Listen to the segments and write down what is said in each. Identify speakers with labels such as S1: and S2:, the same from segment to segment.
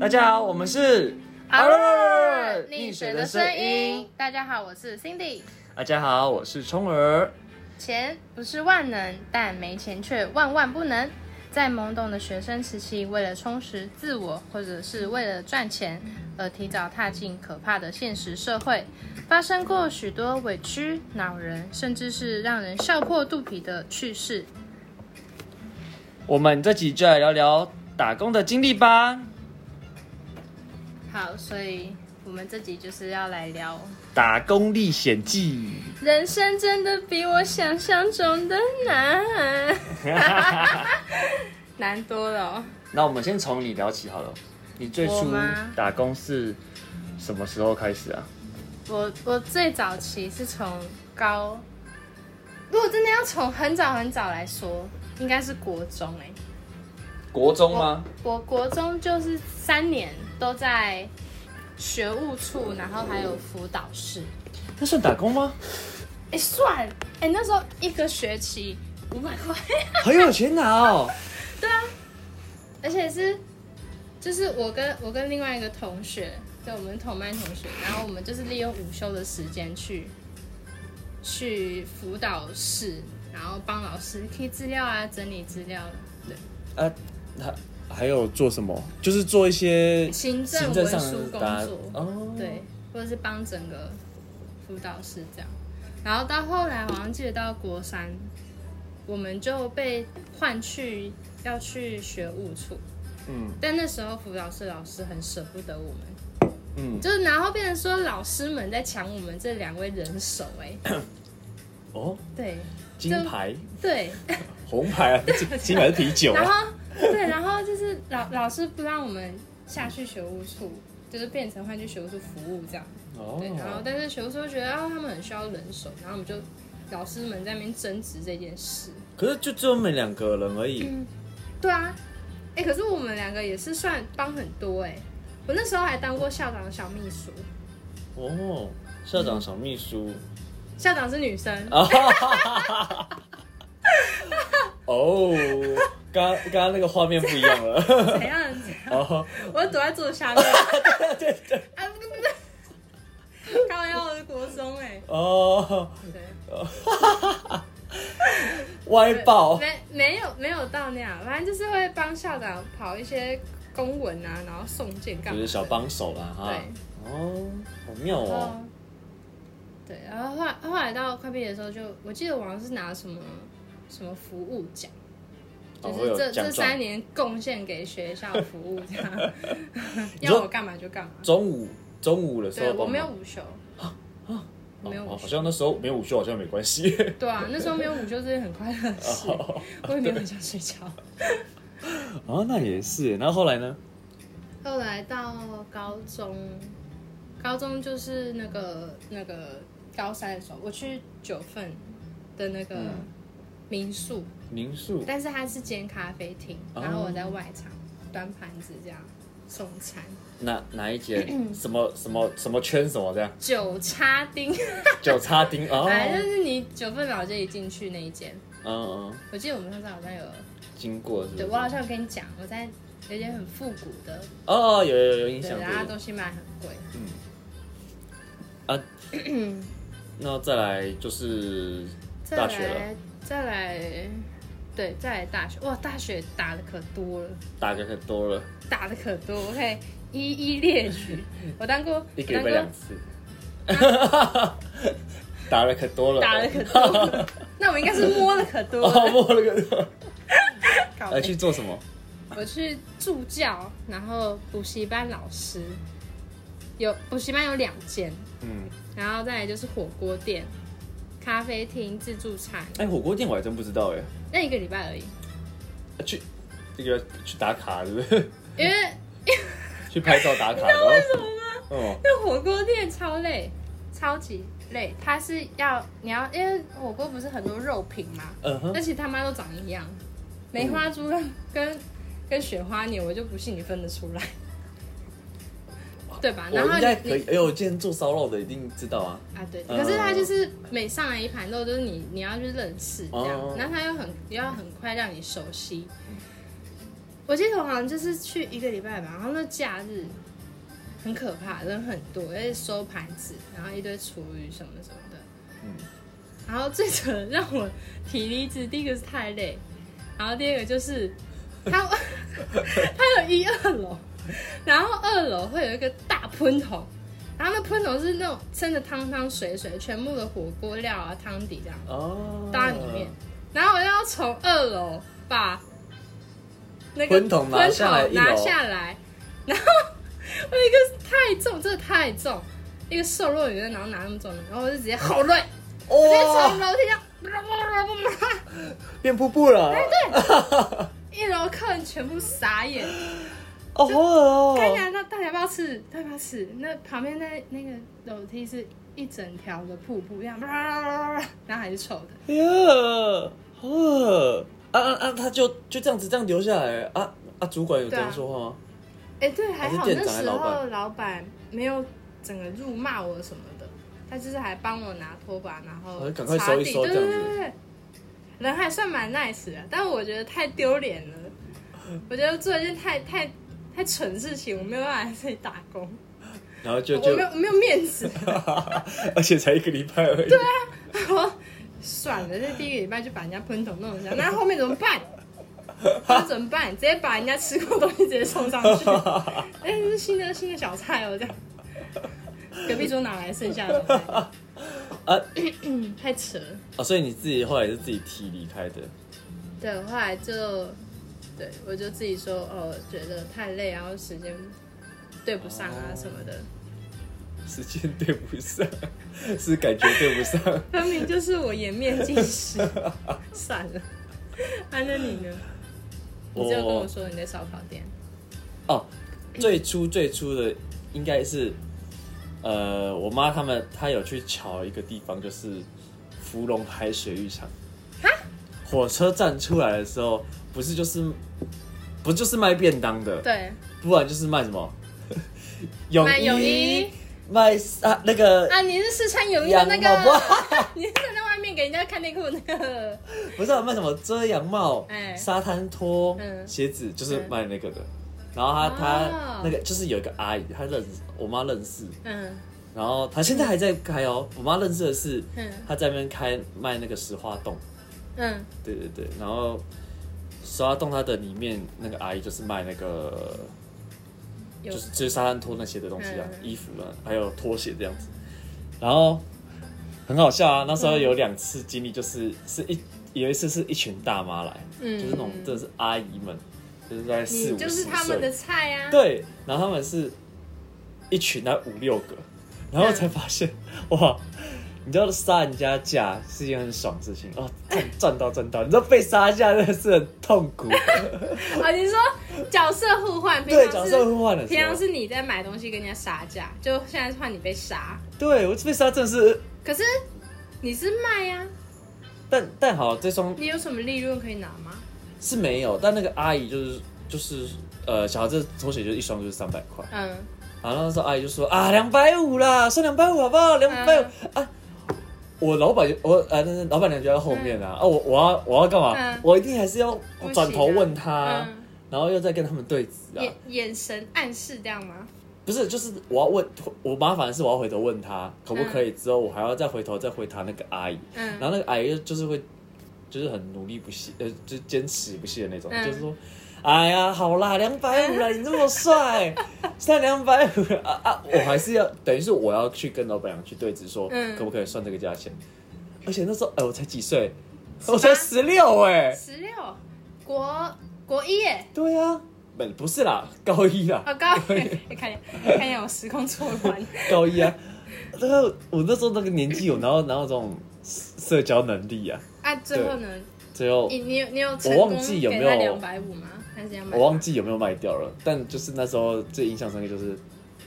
S1: 大家好，我们是
S2: 好了，溺水的声音。。大家好，我是 Cindy。
S1: 大家好，我是冲儿。
S2: 钱不是万能，但没钱却万万不能。在懵懂的学生时期，为了充实自我，或者是为了赚钱，而提早踏进可怕的现实社会，发生过许多委屈、恼人，甚至是让人笑破肚皮的趣事。
S1: 我们这集就来聊聊打工的经历吧。
S2: 好，所以我们这集就是要来聊，
S1: 打工历险 记。
S2: 人生真的比我想象中的难。 难多了、哦。
S1: 那我们先从你聊起好了。你最
S2: 我
S1: 初
S2: 吗
S1: 打工是什么时候开始啊？
S2: 我我最早期是从高，如果真的要从很早很早来说，应该是国中哎、
S1: 国中
S2: 我？我国中就是三年都在学务处，然后还有辅导室。
S1: 那算打工吗？
S2: 哎、算哎、那时候一个学期五百块，
S1: 很有钱拿 哦。
S2: 啊而且是就是我跟我跟另外一个同学，对，我们是同班同学，然后我们就是利用午休的时间去去辅导室，然后帮老师批资料啊，整理资料，对，
S1: 啊，还还有做什么？就是做一些
S2: 行政
S1: 行
S2: 文
S1: 政上
S2: 书
S1: 的
S2: 工
S1: 答
S2: 作，
S1: 哦，
S2: 对，或者是帮整个辅导室这样。然后到后来，我好像记得到国三，我们就被换去要去学务处，
S1: 嗯
S2: 但那时候辅导室老师很舍不得我们，
S1: 嗯，
S2: 就是然后变成说老师们在抢我们这两位人手、哎，
S1: 哦，
S2: 对
S1: 金牌、
S2: 对，
S1: 红牌啊，金金牌是啤酒
S2: 然
S1: 啊。
S2: 后对，然后就是老老师不让我们下去学务处，就是变成换去学务处服务这样，
S1: 哦
S2: 对，然后但是学务处觉得啊他们很需要人手，然后我们就老师们在那边争执这件事，
S3: 可是就只有我们两个人而已，
S2: 对啊，哎、可是我们两个也是算帮很多哎、我那时候还当过校长的小秘书，
S3: 哦，校长小秘书，
S2: 校长是女生，嗯
S3: 哦，刚刚刚那个画面不一样 了，
S2: 怎样？怎样
S3: 哦，
S2: 我躲在桌下面。
S3: 对对对，
S2: 哎，不不不，开玩笑，我是国中哎、
S3: 哦，
S2: 对，
S3: 歪爆，
S2: 没没有没有到那样，反正就是会帮校长跑一些公文啊，然后送件
S3: 就
S2: 干嘛
S3: 是
S2: 的？
S3: 小帮手啦哈
S2: 对，
S3: 哦，好妙哦，
S2: 哦，对，然后后来后来到快毕业的时候就，我记得我好像是拿什么什么服务奖。就
S3: 哦会
S2: 是
S3: 有
S2: 这、
S3: 奖
S2: 这
S3: 状
S2: 三年贡献给学校服务 这样，
S3: 你说
S2: 要我干嘛就干嘛。
S3: 中午中午的时
S2: 对
S3: 候
S2: 我
S3: 帮忙
S2: 没有午休，
S3: 哦
S2: 没有午
S3: 哦
S2: 休
S3: 好像那时候没有午休，好像没关系，
S2: 对啊，那时候没有午休是件很快乐的事，我也没有很想睡觉。
S3: 哦，那也是，然后后来呢？
S2: 后来到高中，高中就是那个那个高三的时候，我去九份的那个
S3: 嗯
S2: 民宿，
S3: 民宿，
S2: 但是它是间咖啡厅，
S3: 哦
S2: 然后我在外场端盘子这样送餐。
S3: 哪哪一节？
S2: 嗯
S3: 什么什么什么圈什么这样？
S2: 九叉丁，
S3: 九叉丁哦，
S2: 反正就是你九份老街一进去那一间，
S3: 嗯嗯，
S2: 我记得我们上次好像有，
S3: 经过是不是？
S2: 对我好像有跟你讲，我在有一间很复古的，
S3: 哦，有有有印
S2: 对，
S3: 象。
S2: 然后它
S3: 对
S2: 东西卖很贵，
S3: 啊 那再来就是
S2: 再
S3: 大学了，
S2: 来，再来，对，再来大学。哇，大学打的可多了，
S3: 大概很多了，
S2: 打的可多，我可以一一列举。我当过，
S3: 一
S2: 我
S3: 个礼
S2: 当
S3: 拜
S2: 过
S3: 两次， 打了可多了，
S2: 打的可多，那我应该是摸的可多
S3: 哦，
S2: 了。
S3: 摸了可 多。
S2: 搞
S3: 呃，
S2: 没
S3: 去做什么？
S2: 我去助教，然后补习班老师，有补习班有两间，
S3: 嗯，
S2: 然后再来就是火锅店、咖啡厅、自助餐，
S3: 哎，火锅店我还真不知道哎，
S2: 那一个礼拜而已，
S3: 啊去那个去打卡是不是？
S2: 因为
S3: 去拍照打 卡，然后为什么吗？哦，
S2: 那火锅店超累，超级累。它是要你要，因为火锅不是很多肉品嘛，
S3: 嗯哼
S2: 但，其实他妈都长一样，梅花猪跟跟跟雪花牛，我就不信你分得出来，对吧？
S3: 哦我
S2: 然后
S3: 应该可
S2: 你
S3: 以。哎，我今天做烧肉的一定知道啊。
S2: 啊对，
S3: 嗯
S2: 可是它就是每上来一盘肉，就是你你要去认识这样，
S3: 哦
S2: 然后它又很又要很快让你熟悉。我记得我好像就是去一个礼拜吧，然后那假日很可怕，人很多，而且收盘子，然后一堆厨余什么什么的。
S3: 嗯
S2: 然后最扯让我体力值，第一个是太累，然后第二个就是 它它有一二楼，然后二楼会有一个大喷头，然后那喷头是那种真的汤汤水水，全部的火锅料啊汤底这样
S3: 哦，
S2: 倒在里面，然后我就要从二楼把那个
S3: 喷筒拿下来
S2: 喷筒
S3: 一楼
S2: 拿下来然后我一个太重，真的太重，一个瘦弱女人，然后拿那么重的，然后我就直接好累。直接从
S3: 哇，
S2: 楼梯上，啪
S3: 哦变瀑布 了，
S2: 一楼客人全部傻眼。
S3: 哦，好恶哦，
S2: 看起来那大家不要吃，大家不要吃。那旁边那那个楼梯是一整条的瀑布一样，然后还是臭的。
S3: 哎呀，好恶啊啊啊！他就就这样子这样留下来啊啊！主管有这样说话吗？
S2: 哎、对，还好
S3: 还是店
S2: 那
S3: 长还
S2: 时
S3: 是老
S2: 候
S3: 板
S2: 老板没有整个辱骂我什么的，他就是还帮我拿拖把，然后
S3: 哎赶快
S2: 擦
S3: 收一
S2: 地
S3: 收
S2: 对
S3: 这
S2: 对
S3: 样子
S2: 对对对，人还算蛮 nice 的，但我觉得太丢脸了。我觉得做一件太太太蠢的事情，我没有办法在这里打工，
S3: 然后就
S2: 啊我
S3: 就
S2: 没，有我没有面子。
S3: 而且才一个礼拜而已。对啊，
S2: 我算了，这第一个礼拜就把人家喷头弄一下，那后面怎么办？那怎么办？直接把人家吃过的东西直接送上 去。哎、这是新的新的小菜哦，这样。隔壁桌哪来剩下的东西？
S3: 啊
S2: 嗯，太扯了。
S3: 啊！所以你自己后来是自己提离开的。
S2: 对，我后来就，对我就自己说，哦，觉得太累，然后时间对不上啊
S3: 哦
S2: 什么的。
S3: 时间对不上， 是感觉对不上。
S2: 分明就是我颜面尽 失，算了。啊，那你呢？你就跟我说你在烧烤店。
S3: 哦，最初最初的应该是，呃，我妈他们她有去瞧一个地方，就是芙蓉海水浴场。火车站出来的时候，不是就是不就是卖便当的，
S2: 对，
S3: 不然就是卖什么 泳
S2: 卖
S3: 衣、
S2: 泳衣
S3: 卖啊那 个
S2: 啊，你是试穿泳衣的
S3: 羊
S2: 那
S3: 毛
S2: 个，
S3: 不
S2: 你是站在外面给人家看内裤的 那个，
S3: 不是、啊、卖什么遮阳帽、
S2: 哎
S3: 沙滩拖、
S2: 嗯
S3: 鞋子，就是
S2: 嗯
S3: 卖那个的。然后她
S2: 哦
S3: 她那个就是有一个阿姨，她认识我妈认识，
S2: 嗯
S3: 然后他现在还在开哦。我妈认识的是
S2: 嗯
S3: 他在那边开卖那个石花冻，
S2: 嗯，
S3: 对对对。然后石花冻它的里面那个阿姨就是卖那个
S2: 有
S3: 就是就是沙滩拖那些的东西啊，
S2: 嗯
S3: 衣服啊，还有拖鞋这样子。然后很好笑啊，那时候有两次经历，就是是一有一次是一群大妈来，
S2: 嗯
S3: 就是那种真的是阿姨们，就是在四
S2: 你
S3: 五十
S2: 就是
S3: 岁，
S2: 他们的菜啊，，
S3: 对，然后他们是一群那五六个，然后才发现、哇，你知道杀人家价是一件很爽的事情哦， 赚赚到赚到，你知道被杀价真的是很痛苦。
S2: 啊，你说角色互换，平
S3: 对，
S2: 常
S3: 角
S2: 是
S3: 色互换的时
S2: 平常
S3: 候，
S2: 是你在买东西跟人家杀价，就现在换你被杀，
S3: 对我被杀真的是，
S2: 可是你是卖呀、啊，
S3: 但但好这双
S2: 你有什么利润可以拿吗？
S3: 是没有，但那个阿姨就是就是呃，小孩子拖鞋就是一双就是三百块，
S2: 嗯，
S3: 然后那时候阿姨就说啊两百五啦，算两百五好不好？两百五
S2: 嗯
S3: 啊。我老板就我呃，那那老板娘就在后面啊，啊我我要我要干嘛？
S2: 嗯
S3: 我一定还是要
S2: 不行啊
S3: 转头问他，
S2: 嗯
S3: 然后又再跟他们对峙啊
S2: 眼。眼神暗示这样吗？
S3: 不是，就是我要问，我麻烦的是我要回头问他可不可以，之后我还要再回头再回他那个阿姨，
S2: 嗯，
S3: 然后那个阿姨就就是会就是很努力不懈，呃，就坚持不懈的那种，
S2: 嗯
S3: 就是说。哎呀，好啦，两百 五啦，你这么帅，算两百五啊啊！我还是要，等于是我要去跟老板娘去对质说，
S2: 嗯
S3: 可不可以算这个价钱？而且那时候，哎、我才几岁，我才十六哎，
S2: 十六，国国一耶。
S3: 对啊，不不是啦，高一啦，
S2: 好高，你看一 下，看一下我时空错乱。
S3: 高一啊，那个我那时候那个年纪有哪有哪有这种社交能力啊？
S2: 啊，最后呢？
S3: 最后
S2: 你你有你有成
S3: 我
S2: 功
S3: 忘记有没有
S2: 两百五吗？还是两百？
S3: 我忘。记有没有卖掉了，但就是那时候最印象深刻就是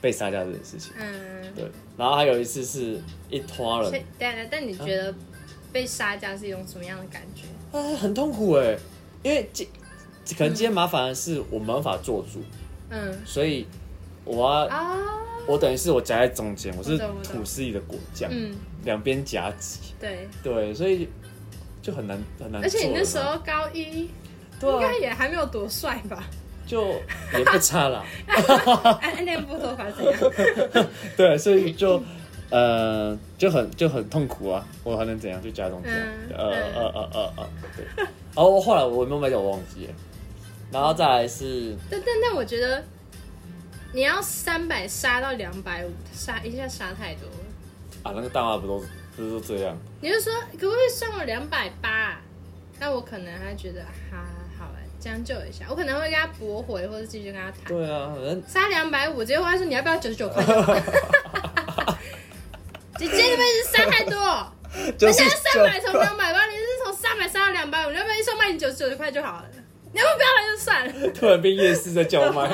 S3: 被杀价这件事情。
S2: 嗯，
S3: 对，然后还有一次是一拖
S2: 所
S3: 人
S2: 以，但但你觉得被杀价是一种什么样的感觉？
S3: 啊，很痛苦哎、因为今可能今天麻烦的是我没办法做主，
S2: 嗯
S3: 所以我要、
S2: 啊，
S3: 我等于是我夹在中间，我
S2: 我
S3: 是
S2: 懂我懂
S3: 吐司里的果酱，
S2: 嗯，
S3: 两边夹击，
S2: 对。
S3: 对，所以就很难很难做了嘛。
S2: 而且你那时候高一，
S3: 对
S2: 应
S3: 啊
S2: 该也还没有多帅吧？
S3: 就也不差啦。
S2: 按那个不合法怎样？
S3: 对，所以就呃就很就很痛苦啊，我还能怎样？就加东西、啊
S2: 嗯，
S3: 呃
S2: 嗯
S3: 呃呃呃呃，对。哦，后来我没有买酒，我忘记了。然后再来是，
S2: 但但但我觉得你要三百杀到两百五，杀一下杀太多了。
S3: 啊，那个大妈不都不是都这样？
S2: 你就说可不可以算我两百八？那我可能还觉得哈好了，将就一下，我可能会跟他驳回，或者继续跟他谈。
S3: 对啊，反正
S2: 杀两百五，结果他说你要不要九十九块就 好？姐姐，你们是杀太多，
S3: 就
S2: 人
S3: 是
S2: 家三百
S3: 就
S2: 从两百八，你是从三百杀到两百五，你要不要一说卖你九十九块就好了？你要不要不要了就算了，
S3: 突然变夜市在 叫卖。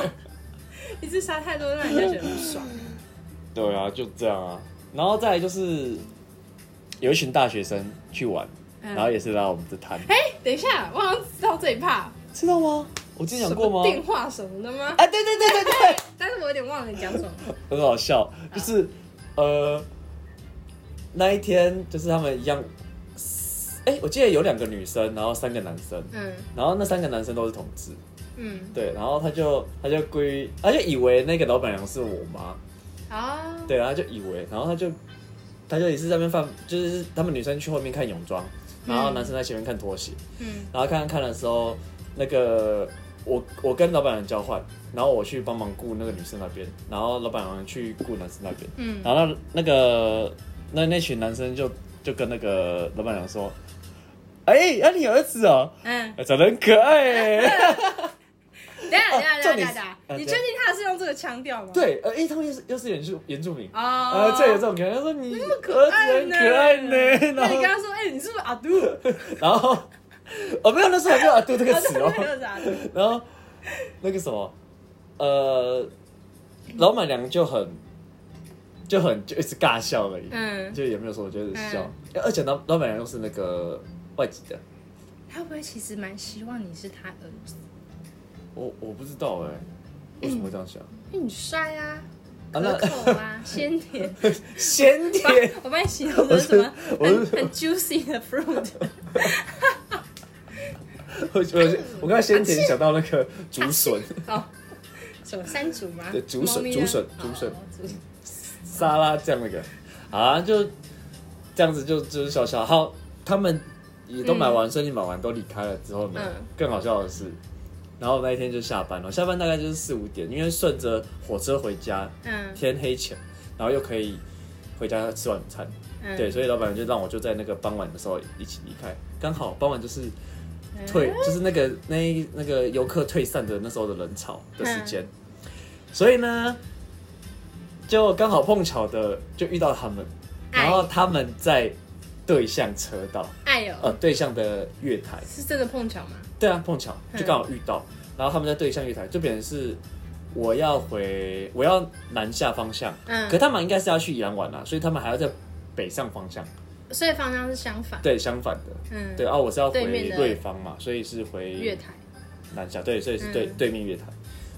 S2: 你是杀太多让人家觉得不爽。
S3: 对啊，就这样啊。然后再来就是有一群大学生去玩，
S2: 嗯
S3: 然后也是来我们这摊，
S2: 哎、等一下，我好像知道这一趴，
S3: 知道吗？我之前讲过吗？
S2: 电话什么的吗？
S3: 啊，对对对对对，
S2: 但是我有点忘了你讲什么。
S3: 很好笑，就是呃那一天就是他们一样，哎、我记得有两个女生，然后三个男生，
S2: 嗯
S3: 然后那三个男生都是同志，
S2: 嗯，
S3: 对，然后他就他就故意，他就以为那个老板娘是我妈，
S2: 好。啊
S3: 对，然后他就以为，然后他就他就也是在那边放，就是他们女生去后面看泳装，然后
S2: 嗯
S3: 男生在前面看拖鞋，
S2: 嗯
S3: 然后看看看的时候，那个我我跟老板娘交换，然后我去帮忙顾那个女生那边，然后老板娘去顾男生那边，
S2: 嗯，
S3: 然后那那个那那群男生就就跟那个老板娘说。哎，那、你儿子哦，
S2: 嗯，
S3: 长得很可爱 哎。
S2: 等一下等一
S3: 啊重
S2: 下等一
S3: 点是
S2: 下等一下，
S3: 啊
S2: 你
S3: 对
S2: 确定他是用这个腔调吗？，
S3: 对，呃，哎，他们又是又是原住原住民，
S2: 哦
S3: 呃，，这有这种感觉。他说你儿子
S2: 可爱
S3: 很
S2: 呢
S3: 可爱呢，
S2: 那
S3: 然
S2: 你
S3: 后
S2: 跟他说，哎，你是不是阿杜？
S3: 然后哦，没有，那时候没有啊读这个
S2: 阿杜
S3: 词
S2: 那个
S3: 哦。
S2: 儿子阿杜，
S3: 然后那个什么，呃，老板娘就很就很就一直尬笑而已，
S2: 嗯，
S3: 就也没有说我觉得笑。而且老老板娘又是那个外籍的，
S2: 他会不会其实蛮希望你是他儿子？
S3: 我我不知道哎、为什么会这样想？
S2: 因为你帅啊，
S3: 啊，
S2: 可
S3: 那
S2: 口 啊，鲜甜，
S3: 咸甜
S2: 我帮你形容的是什么？
S3: 我是
S2: 很很 juicy 的 fruit，
S3: 我 我我刚才鲜甜想到那个竹笋
S2: 哦，什么山竹吗？
S3: 对竹笋
S2: 猫咪的
S3: 竹笋
S2: 哦
S3: 竹笋
S2: 竹笋
S3: 沙拉酱那个，啊，就这样子就就是笑笑。好，他们也都买完，生意买完都离开了之后呢，
S2: 嗯
S3: 更好笑的是，然后那一天就下班了，下班大概就是四五点，因为顺着火车回家，
S2: 嗯
S3: 天黑前，然后又可以回家吃晚餐，
S2: 嗯，
S3: 对，所以老板就让我就在那个傍晚的时候一起离开，刚好傍晚就是
S2: 嗯
S3: 退，就是那个那一那个游客退散的那时候的人潮的时间，
S2: 嗯
S3: 所以呢，就刚好碰巧的就遇到他们，
S2: 哎
S3: 然后他们在对向车道，
S2: 哎呦，
S3: 呃，对向的月台，
S2: 是真的碰巧吗？
S3: 对啊，碰巧
S2: 嗯
S3: 就刚好遇到，然后他们在对向月台，就变成是我要回我要南下方向，
S2: 嗯
S3: 可，他们应该是要去宜兰玩啦，所以他们还要在北上方向，
S2: 所以方向是相反，
S3: 对，相反的。
S2: 嗯，
S3: 对，啊，我是要
S2: 对面
S3: 回
S2: 的
S3: 瑞芳嘛，所以是回
S2: 月台。
S3: 南下，对，所以是对、
S2: 嗯
S3: 对面月台，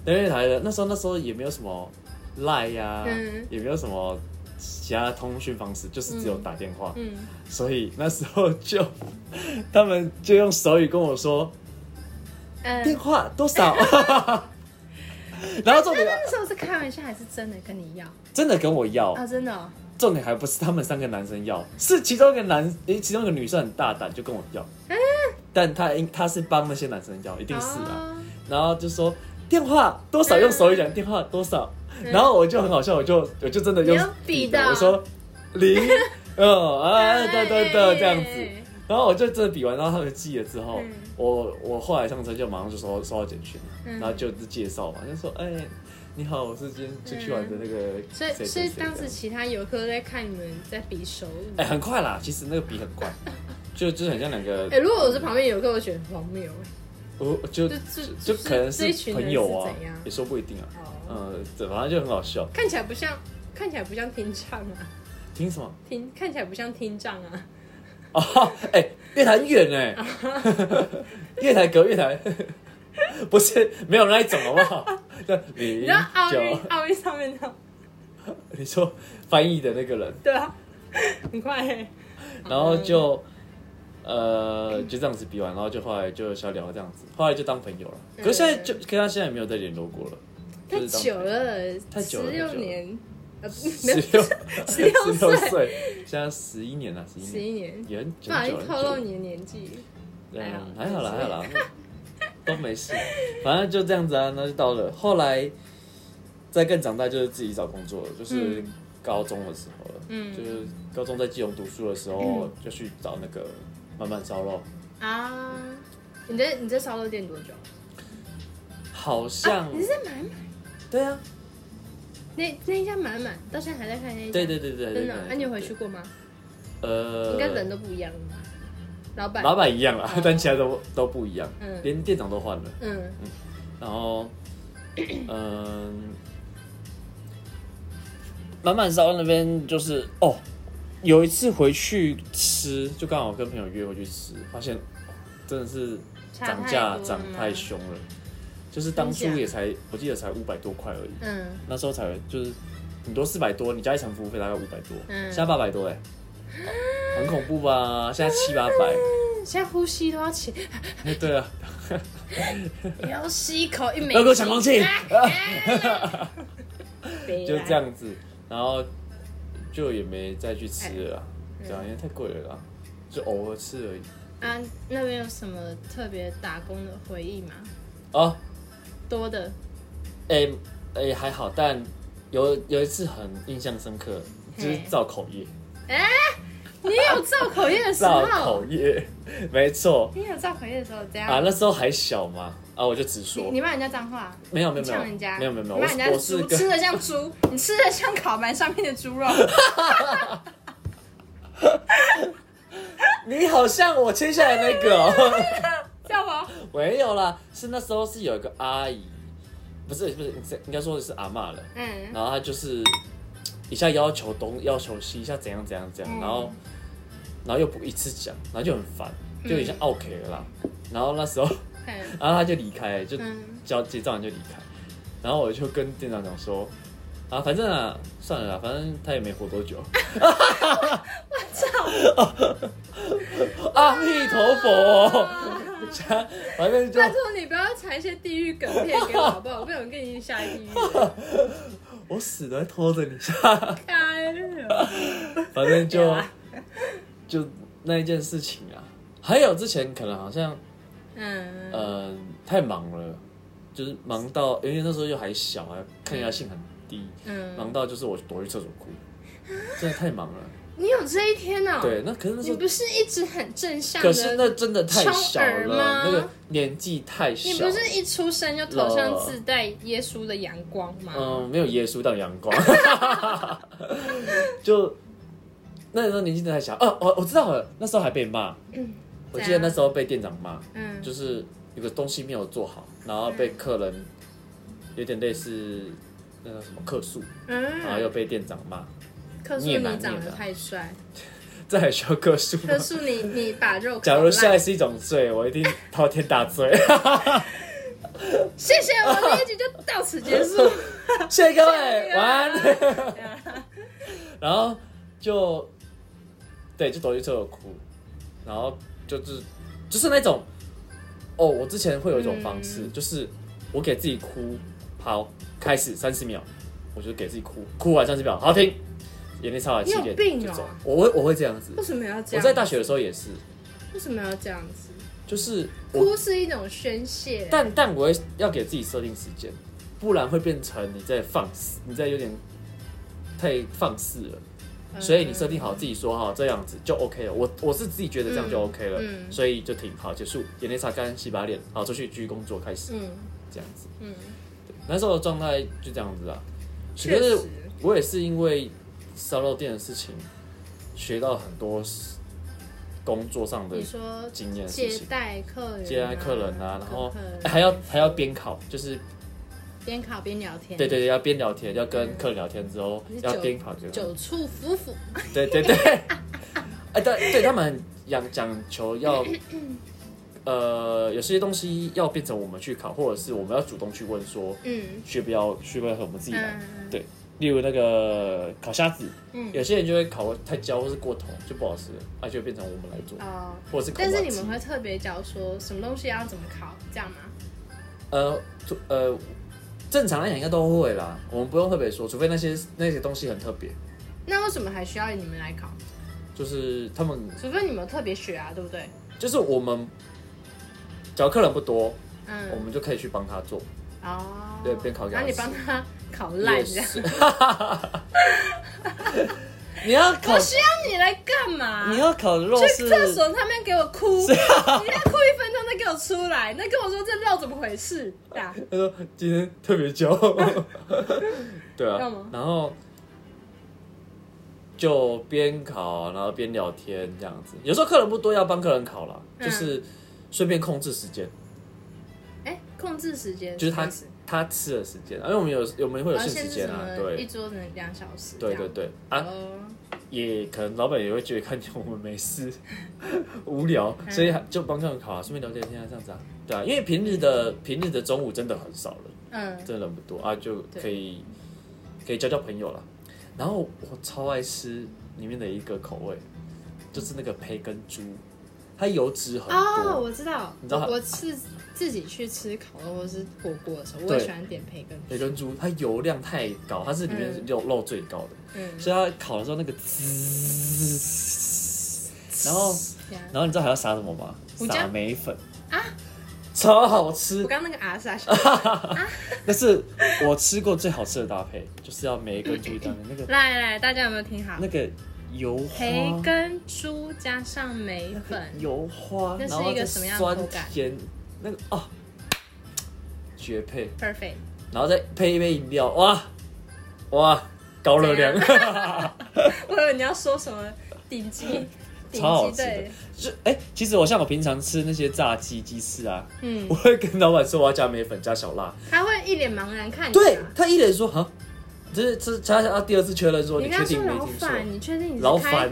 S3: 对面月台的那时候那时候也没有什么赖呀、
S2: 嗯
S3: 也没有什么其他通讯方式，就是只有
S2: 嗯
S3: 打电话，
S2: 嗯，
S3: 所以那时候就他们就用手语跟我说
S2: 呃，
S3: 电话多 少，然后重点
S2: 那时候是开玩笑还是真的跟你要
S3: 真的跟我要，
S2: 啊？真的、哦，
S3: 重点还不是他们三个男生要，是其中一个男，诶其中一个女生很大胆就跟我要，但她应她是帮那些男生要，一定是啊。
S2: 嗯哦
S3: 然后就说电话多少，用手语讲电话多少。
S2: 嗯
S3: 然后我就很好笑，我就我就真的用
S2: 你用笔的
S3: 我说 零，嗯啊，对对对，这样子。
S2: 哎
S3: 然后我就真的比完，然后他们记了之后
S2: 嗯，
S3: 我我后来上车就马上就收收到简讯了，
S2: 嗯
S3: 然后就是介绍嘛，就说哎。你好，我是今天出去玩的那个
S2: 嗯所
S3: 谁谁谁。
S2: 以所以当
S3: 这
S2: 时
S3: 样
S2: 其他游客在看你们在比手语。
S3: 哎、很快啦，其实那个笔很 快，就就是很像两个
S2: 哎、，如果我是旁边游客，我觉得很荒谬
S3: 我就
S2: 就就
S3: 就
S2: 就是
S3: 可能
S2: 这
S3: 是
S2: 一群人
S3: 朋友啊
S2: 是怎样，
S3: 也说不一定啊，
S2: 哎。哦，
S3: 呃，反正就很好笑。
S2: 看起来不像，看起来不像听障啊，
S3: 听什么？
S2: 听看起来不像听障啊。
S3: 哦， 哎、月台很远哎、 月台隔月台， 不是没有那一种好不好？ 那
S2: 你
S3: 零
S2: 知道奥运
S3: 九，
S2: 奥运上面的
S3: 你说翻译的那个人，
S2: 对啊，很快、欸。
S3: 然后就呃，就这样子比完，然后就后来就小聊这样子，后来就当朋友了。可是现在就跟他现在也没有再联络过了，
S2: 嗯太
S3: 就是当
S2: 久了，
S3: 太久了
S2: 十六
S3: 太久了
S2: 年，呃，
S3: 十
S2: 没有
S3: 六
S2: 十六
S3: 十六
S2: 岁
S3: 岁，现在十一年了，十一
S2: 十
S3: 年
S2: 一年，
S3: 也很久
S2: 不好
S3: 很
S2: 意
S3: 久很
S2: 思透露
S3: 久。
S2: 你的年纪。还好
S3: 嗯，还好啦，
S2: 没
S3: 还
S2: 事
S3: 好啦， 都没事，反正就这样子啊，那就到了。后来再更长大，就是自己找工作了，就是
S2: 嗯
S3: 高中的时候了，
S2: 嗯
S3: 就是高中在基隆读书的时候，就去找那个慢慢烧肉，
S2: 啊，你在你在烧肉店多久？
S3: 好像
S2: 啊你是在满满
S3: 对啊，
S2: 那那一家满满，到现在还在看那一家。
S3: 对对对对，
S2: 真
S3: 对
S2: 的啊？那、你有回去？过吗？
S3: 对呃，
S2: 应该人都不一样了吧？老板，
S3: 老，板一样啦
S2: 哦，
S3: 但其他都都不一样，
S2: 嗯
S3: 连店长都换了。
S2: 嗯，
S3: 然后，嗯，满满烧那边就是哦，有一次回去吃，就刚好跟朋友约回去吃，发现哦真的是
S2: 差
S3: 涨
S2: 太
S3: 价
S2: 多
S3: 涨
S2: 了吗
S3: 太。凶了，就是当初
S2: 真假
S3: 也才我记得才五百多块而已，
S2: 嗯，
S3: 那时候才就是顶多四百多，你加一层服务费大概五百多，
S2: 嗯
S3: 现在八百多哎、很恐怖吧？现在七八百，
S2: 现在呼吸都要起，
S3: 对啊，
S2: 也要吸一口一美。
S3: 不要给我 抢空气。
S2: 北
S3: 就
S2: 来
S3: 这。样子，然后就也没再去吃了啦，
S2: 哎
S3: 这
S2: 嗯
S3: 样因为太贵了啦，就偶尔吃而已。
S2: 啊，那边有什么特别打工的回忆吗？
S3: 哦，
S2: 多的，
S3: 哎、哎、还好，但有有一次很印象深刻，就是
S2: 嘿
S3: 造口业，
S2: 你也有造口业的时
S3: 造
S2: 候
S3: 口，业， 没错
S2: 你也有造口业的时候怎样？
S3: 啊，那时候还小嘛，啊，我就直
S2: 嗯你
S3: 说，
S2: 你骂人家脏话，
S3: 没有没有
S2: 呛人
S3: 没
S2: 家，
S3: 有没有没有没有，
S2: 你骂人家
S3: 我我是
S2: 猪，
S3: 跟
S2: 吃的像猪，你吃的像烤盘上面的猪肉。
S3: 你好像我签下来那个、哦。
S2: 叫吗？
S3: 没有啦，是那时候是有一个阿姨，不是不是，应该说的是阿嬷了。
S2: 嗯，
S3: 然后她就是一下要求东，要求西，一下怎样怎样怎样，
S2: 嗯
S3: 然后然后又不一次讲，然后就很烦，就一下 OK 了啦。然后那时候，
S2: 嗯，
S3: 然后她就离开，就
S2: 嗯
S3: 叫结账完就离开。然后我就跟店长讲说，啊，反正啊，算了啦，反正他也没活多 久。我操！阿弥陀啊佛、哦反正就
S2: 拜托你不要传一些地狱梗片给我好不好？我不想跟你下地狱。
S3: 我死都在拖着你下，
S2: 开了，
S3: 反正
S2: 对
S3: 就
S2: 啊
S3: 就那一件事情啊，还有之前可能好像
S2: 嗯，
S3: 呃太忙了，就是忙到因为那时候又还小啊，抗压性很低，
S2: 嗯
S3: 忙到就是我躲去厕所哭，真的太忙了。
S2: 你有这一天哦、，
S3: 对，那可是那时
S2: 你
S3: 候，
S2: 不是一直很正向的？
S3: 可是那真的太小
S2: 冲耳
S3: 了，
S2: 吗
S3: 那个年纪太
S2: 你
S3: 小
S2: 不。是一出生就头上自带耶稣的阳光吗？
S3: 嗯，没有耶稣当 阳光，就那时候年纪真的太小。哦、我我知道了，那时候还被骂。
S2: 嗯
S3: 我记
S2: 怎
S3: 得
S2: 样
S3: 那时候被店长骂，
S2: 嗯，
S3: 就是有个东西没有做好，然后被客人有点类似那个什么客诉，然后又
S2: 嗯，
S3: 被店长骂，
S2: 克诉
S3: 你也
S2: 你
S3: 蛮
S2: 长
S3: 腻
S2: 得
S3: 的
S2: 太帅，
S3: 这还需要客诉吗
S2: 克？诉你你把肉
S3: 假如
S2: 烤烂
S3: 帅是一种罪，我一定 滔天大罪。
S2: 谢谢，我们这一集就到此结束。
S3: 谢谢各位，晚安。
S2: 安。
S3: 然后就对，就躲去厕所哭，然后就是就是那种哦，我之前会有一种方式，
S2: 嗯
S3: 就是我给自己哭，好，开始三十秒，我就给自己哭，哭完三十秒，好停，眼泪擦完，
S2: 你有
S3: 洗脸
S2: 病
S3: 就
S2: 哦
S3: 走。我会我会这样子，
S2: 为什么要这
S3: 我
S2: 样？
S3: 在大学的时候也是，
S2: 为什么要这样子？
S3: 就是我，
S2: 哭是一种宣泄，
S3: 但但我会要给自己设定时间，不然会变成你在放肆，你在有点太放肆了。
S2: 嗯
S3: 所以你设定好自己说好这样子就 OK 了。我我是自己觉得这样就 OK 了，
S2: 嗯嗯
S3: 所以就挺好，结束，眼泪擦干，洗把脸，好出去继续工作，开始、
S2: 嗯
S3: 这样子。
S2: 嗯，
S3: 那时候的状态就这样子啊。
S2: 确
S3: 可
S2: 实
S3: 是我也是因为烧肉店的事情，学到很多工作上的
S2: 你说
S3: 经验的事
S2: 接
S3: 情，
S2: 待客人啊，
S3: 接待客人啊，然后
S2: 跟客人
S3: 还要还要边烤，就是
S2: 边烤边聊天，
S3: 对对对，要边聊天，要跟客人聊天之后
S2: 你是
S3: 要
S2: 酒
S3: 边烤，边烤
S2: 久处夫妇，
S3: 对对对， 哎，对对，他们很讲讲求 要，呃，有些东西要变成我们去考，或者是我们要主动去问说
S2: 嗯
S3: 需不要需不需要我们自己来。
S2: 嗯，
S3: 对例如那个烤虾子，
S2: 嗯
S3: 有些人就会烤太焦或是过头就不好吃了，那就变成我们来做，
S2: 哦。
S3: 或者是烤
S2: 但是你
S3: 瓦
S2: 们
S3: 吉
S2: 会特别教说什么东西要怎么烤，这样吗？
S3: 呃除呃，正常来讲应该都会啦，我们不用特别说，除非那些那些东西很特别，
S2: 那为什么还需要你们来烤？
S3: 就是他们
S2: 除非你们有特别学啊，对不对？
S3: 就是我们，只要客人不多，我
S2: 嗯，
S3: 们就可以去帮他做，
S2: 哦，
S3: 对边烤给他
S2: 然后你
S3: 吃
S2: 帮他烤烂这
S3: 也
S2: 样，
S3: 是 你要烤
S2: 我，需要你来干嘛？
S3: 你要烤肉
S2: 去
S3: 是啊
S2: 厕所，他们给我哭，你再哭一分钟再给我出来，那跟我说这肉怎么回事？对啊，
S3: 他说今天特别 焦，对啊
S2: 要吗，
S3: 然后就边烤，然后边聊天这样子。有时候客人不多，要帮客人烤啦，
S2: 嗯
S3: 就是顺便控制时间，
S2: 哎，控制时间
S3: 就是他
S2: 意思
S3: 他吃的时间啊，因为我们有我们会有
S2: 啊
S3: 限
S2: 限
S3: 时
S2: 制
S3: 间
S2: 什
S3: 啊，
S2: 么一
S3: 对
S2: 桌能两小时，
S3: 对对，对啊，
S2: 哦，
S3: 也可能老板也会觉得看见我们没事 无聊，
S2: 嗯
S3: 所以就帮客人烤啊，顺便聊天一下这样子啊，对啊，因为平日的平日的中午真的很少了。
S2: 嗯，
S3: 真的人不多啊，就可以可以交交朋友了。然后我超爱吃里面的一个口味，就是那个培根猪，它油脂很多，
S2: 哦，我知道，
S3: 你知道它
S2: 我我是自己去吃烤肉或是火锅的时候，我
S3: 对
S2: 也喜欢点培根，
S3: 培根猪它油量太高，它是里面
S2: 嗯
S3: 肉肉最高的，
S2: 嗯，
S3: 所以它烤的时候那个滋，然后
S2: 这样
S3: 然后你知道还要撒什么吗？
S2: 胡椒
S3: 撒梅粉啊，超好吃
S2: 我，刚刚那个阿萨，
S3: 那是我吃过最好吃的搭配，就是要梅根猪当那 个
S2: 来来，大家有没有听好
S3: 那？个油花
S2: 培根猪加上梅粉，
S3: 油花，
S2: 那是
S3: 然后
S2: 一个
S3: 再
S2: 什么样的口
S3: 酸
S2: 感
S3: 甜，那个哦，绝配，
S2: perfect，
S3: 然后再配一杯饮料，哇哇，高热量，
S2: 我以为你要说什么 顶级，顶
S3: 超好
S2: 级
S3: 吃的
S2: 对，。
S3: 就哎、其实我像我平常吃那些炸鸡、鸡翅啊，
S2: 嗯
S3: 我，会跟老板说我要加梅粉、加小辣，
S2: 他会一脸茫然看你、啊。
S3: 对他一脸说哈，这这他他第二次确认说
S2: 你
S3: 你
S2: 跟他
S3: 确
S2: 说
S3: 定没
S2: 老
S3: 听错？
S2: 板，你确定你是
S3: 老
S2: 开
S3: 板，，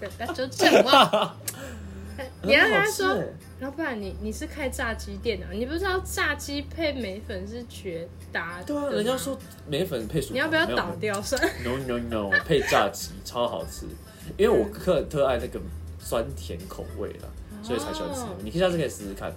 S2: 对那就正旺。 你要跟他
S3: 很好
S2: 说
S3: 吃，哎
S2: 老板，你你是开炸鸡店的，你不知道炸鸡配梅粉是绝搭的。
S3: 对啊，人家说梅粉配薯条，
S2: 你要不要
S3: 没有
S2: 倒掉算？
S3: No no no，配炸鸡超好吃，因为我特特爱那个酸甜口味啦，所以才喜欢吃
S2: 哦。
S3: 你下次可以试试看，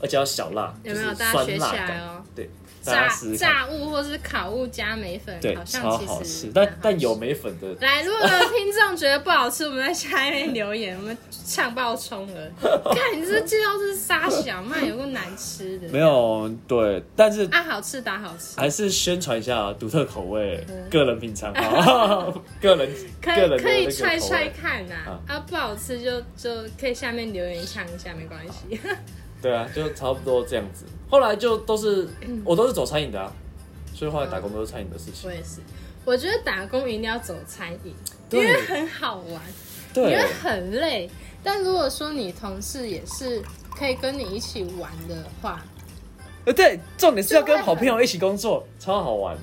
S3: 而且要小辣，
S2: 有没有
S3: 就是
S2: 大家
S3: 酸
S2: 学
S3: 辣
S2: 起来
S3: 感
S2: 哦
S3: 对，大家
S2: 炸
S3: 试试看，
S2: 炸物或是烤物加梅粉，
S3: 对
S2: 好，像
S3: 超
S2: 其实
S3: 好吃。
S2: 蛮好
S3: 但
S2: 吃
S3: 但有梅粉的，
S2: 来，如果有听众觉得不好吃，我们在下面留言，我们呛爆冲 了。看你这介绍是沙小麦，有个难吃的。
S3: 没有对，但是
S2: 啊，好吃打好吃，
S3: 还是宣传一下独特口味，个人品 尝 好，个人
S2: 嗯可
S3: 个人的
S2: 以可以
S3: 那个
S2: 踹
S3: 口
S2: 踹
S3: 味
S2: 看呐
S3: 啊。
S2: 啊，不好吃就就可以下面留言呛一下，没关 系。
S3: 对啊，就差不多这样子。后来就都是
S2: 嗯
S3: 我都是走餐饮的啊，所以后来打工都是餐饮的事情
S2: 我。也是，我觉得打工一定要走餐饮，因
S3: 对
S2: 为很好玩，因
S3: 对
S2: 为，很累。但如果说你同事也是可以跟你一起玩的话，
S3: 呃，对，重点是要跟
S2: 就会
S3: 好朋友一起工作，超好玩。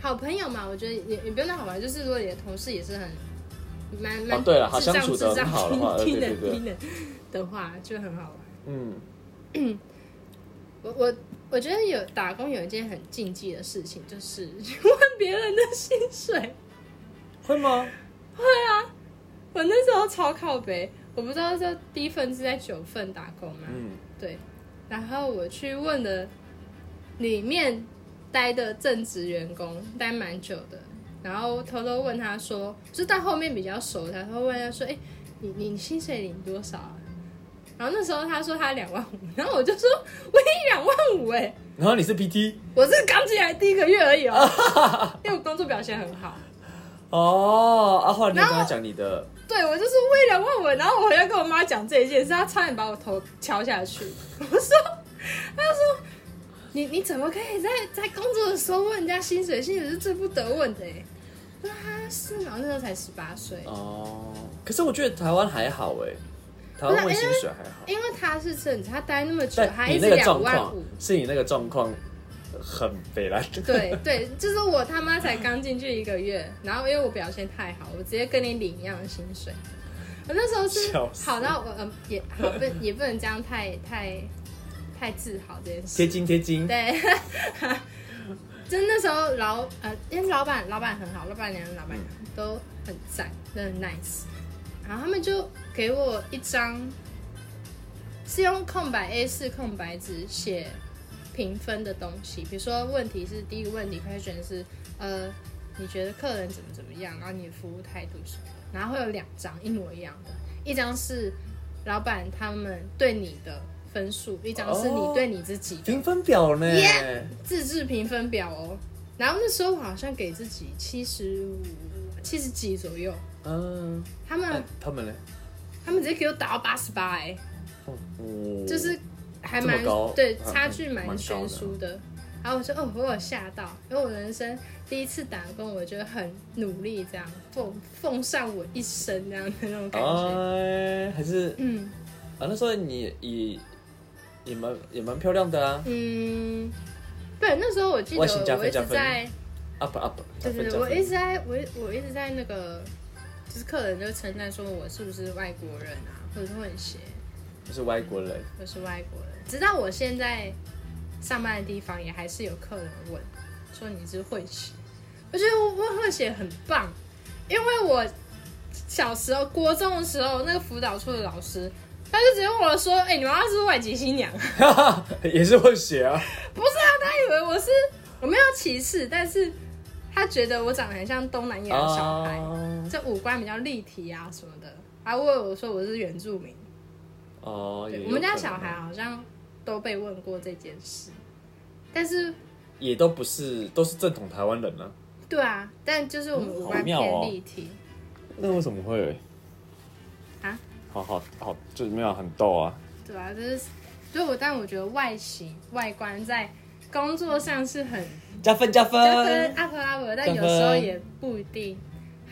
S2: 好朋友嘛，我觉得也也不用太好玩，就是如果你的同事也是很蛮蛮、
S3: 哦对了好
S2: 智障
S3: 相处得
S2: 智障
S3: 很好的话呃
S2: 低
S3: 对
S2: 低能
S3: 对对
S2: 低能的话就很好玩。
S3: 嗯，
S2: 我我我觉得有打工有一件很禁忌的事情，就是问别人的薪水。
S3: 会吗？
S2: 我那时候超靠北，我不知道这第一份是在九份打工嘛，
S3: 嗯，
S2: 对，然后我去问了里面待的正职员工，待蛮久的，然后偷偷问他说，就是到后面比较熟，他会问他说，哎、你你薪水领多少啊？然后那时候他说他两万五，然后我就说我也两万五哎、
S3: 然后你是 PT
S2: 我是刚进来第一个月而已哦，因为我工作表现很好。
S3: 哦，阿华，你有
S2: 然
S3: 跟
S2: 后
S3: 他讲你的，
S2: 对，我就是为了问我，然后我回家跟我妈讲这一件事，她差点把我头敲下去。 我说，她说，你你怎么可以在在工作的时候问人家薪水？薪水是最不得问的哎。我说啊，是吗？我那时候才十八岁，
S3: 哦，可是我觉得台湾还好哎，台湾问薪水还好，
S2: 因为她是正职，她待那么久，她
S3: 但
S2: 一
S3: 你
S2: 直
S3: 那个
S2: 两
S3: 状
S2: 万
S3: 况
S2: 五。
S3: 是你那个状况很北来，
S2: 对 对，就是我他妈才刚进去一个月，然后因为我表现太好，我直接跟你领一样的薪水。我那时候是
S3: 笑死
S2: 好到我嗯、也好不也不能这样太太太自豪这件事。
S3: 贴金贴金，
S2: 对， 真那时候老呃，因为老板老板很好，老板娘老板娘都很赞，都很 nice。然后他们就给我一张，是用空白 A 4空白纸写评分的东西，比如说问题是第一个问题，question 是呃，你觉得客人怎么怎么样，然后你的服务态度是什么，然后会有两张一模一样的，一张是老板他们对你的分数，一张是你对你自己的
S3: 评分表呢
S2: Yeah 自制评分表哦。然后那时候我好像给自己七十五、七十几左右，
S3: 嗯，
S2: 他们、
S3: 哎他们呢？
S2: 他们直接给我打到八十八，哎，
S3: 哦，
S2: 就是还
S3: 这
S2: 蛮
S3: 么高
S2: 对
S3: 嗯
S2: 差距
S3: 蛮
S2: 蛮
S3: 高的
S2: 悬殊的。然后我说哦，我有吓到，因为我人生第一次打工，我觉得很努力，这样奉奉上我一生这样的那种感觉。
S3: 哎，还是
S2: 嗯
S3: 啊，那时候你也也蛮也蛮漂亮的啊
S2: 嗯，对，那时候我记得
S3: 外形加分
S2: 我一
S3: 加
S2: 直
S3: 分
S2: 在。
S3: ，up up，
S2: 对对
S3: 加
S2: 对，
S3: 分
S2: 我一直在我一我一直在那个，就是客人就称赞说我是不是外国人啊，或者是混血，
S3: 就是外国人，
S2: 我是外国人。直到我现在上班的地方，也还是有客人问说你是混血，我觉得我我混血很棒，因为我小时候国中的时候，那个辅导处的老师。他就直接问我说：“哎、你妈妈是不是外籍新娘？”啊
S3: 也是混血啊，
S2: 不是啊，他以为我是我没有歧视，但是他觉得我长得很像东南亚的小孩。
S3: 哦
S2: 这五官比较立体啊什么的，还问我说我是原住民。
S3: 哦，也
S2: 对，
S3: 有
S2: 我们家
S3: 可能
S2: 小孩啊好像都被问过这件事，但是
S3: 也都不是，都是正统台湾人啊，
S2: 对啊，但就是我们
S3: 嗯
S2: 五
S3: 好
S2: 官
S3: 妙哦
S2: 偏立体，
S3: 那为什么会
S2: 啊？
S3: 好哦好好，就是没有很逗啊，
S2: 对啊，就是，所以我但我觉得外形外观在工作上是很
S3: 加分加分，
S2: 加分 up up，的但
S3: 加分
S2: 有时候也不一定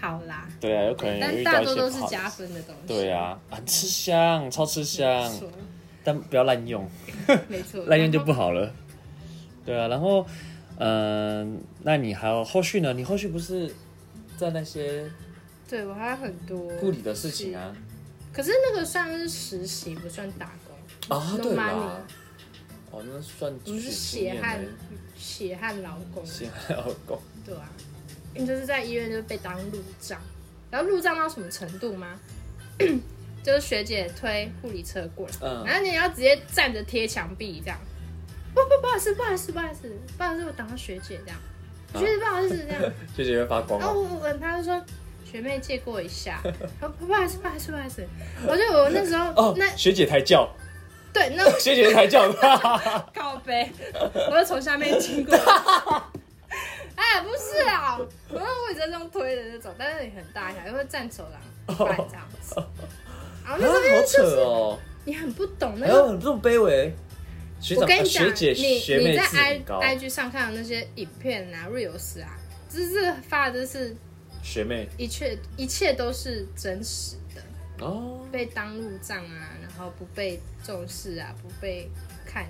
S2: 好啦，
S3: 对啊，有可能有
S2: 但
S3: 遇
S2: 大
S3: 到
S2: 多
S3: 一些
S2: 都是
S3: 不好的
S2: 加分的东西。
S3: 对啊，很吃香，超吃香，
S2: 没错，
S3: 但不要滥用，
S2: 没错，
S3: 滥用就不好了。对啊，然后，嗯、那你还有后续呢？你后续不是在那些
S2: 对我还有很多
S3: 护理的事情啊？
S2: 可是那个算是实习，不算打工。
S3: 啊，对
S2: Normani
S3: 啦，哦，那算
S2: 我们是
S3: 取经验
S2: 血汗
S3: 呢，
S2: 血汗劳工，
S3: 血汗老公，
S2: 对啊，你就是在医院就被当路障，然后路障到什么程度吗？ 就是学姐推护理车过来，
S3: 嗯
S2: 然后你要直接站着贴墙壁这样。不不不好意思，不好意思，不好意思，不好意思，我挡到学姐这样，
S3: 啊
S2: 学姐不好意思 这样，
S3: 学姐会发光
S2: 然后
S3: 哦，
S2: 我我问他就说学妹借过一下，哦不不好意思，不好意思，不好意思，我就我那时候、
S3: 哦
S2: 那，
S3: 学姐抬轿，
S2: 对那
S3: 学姐抬 轿， 啊哈哈哈
S2: 告白，我就从下面经过。 哎，不是啊，我我也是用推的那种，但是也很大一条，因为站走廊半这样子。然后那时候
S3: 哦啊好
S2: 就
S3: 扯
S2: 是
S3: 哦，
S2: 你很不懂那
S3: 还有
S2: 个，
S3: 很这么卑微。学
S2: 我
S3: 长、
S2: 跟
S3: 啊
S2: 你讲，
S3: 学姐、学
S2: 你你
S3: 妹
S2: 在
S3: 自
S2: I
S3: 很高，
S2: I G 上看的那些影片啊、reels 啊，就是发的就是
S3: 学妹
S2: 一切一切都是真实的，
S3: 哦，
S2: 被当路障啊，然后不被重视啊，不被看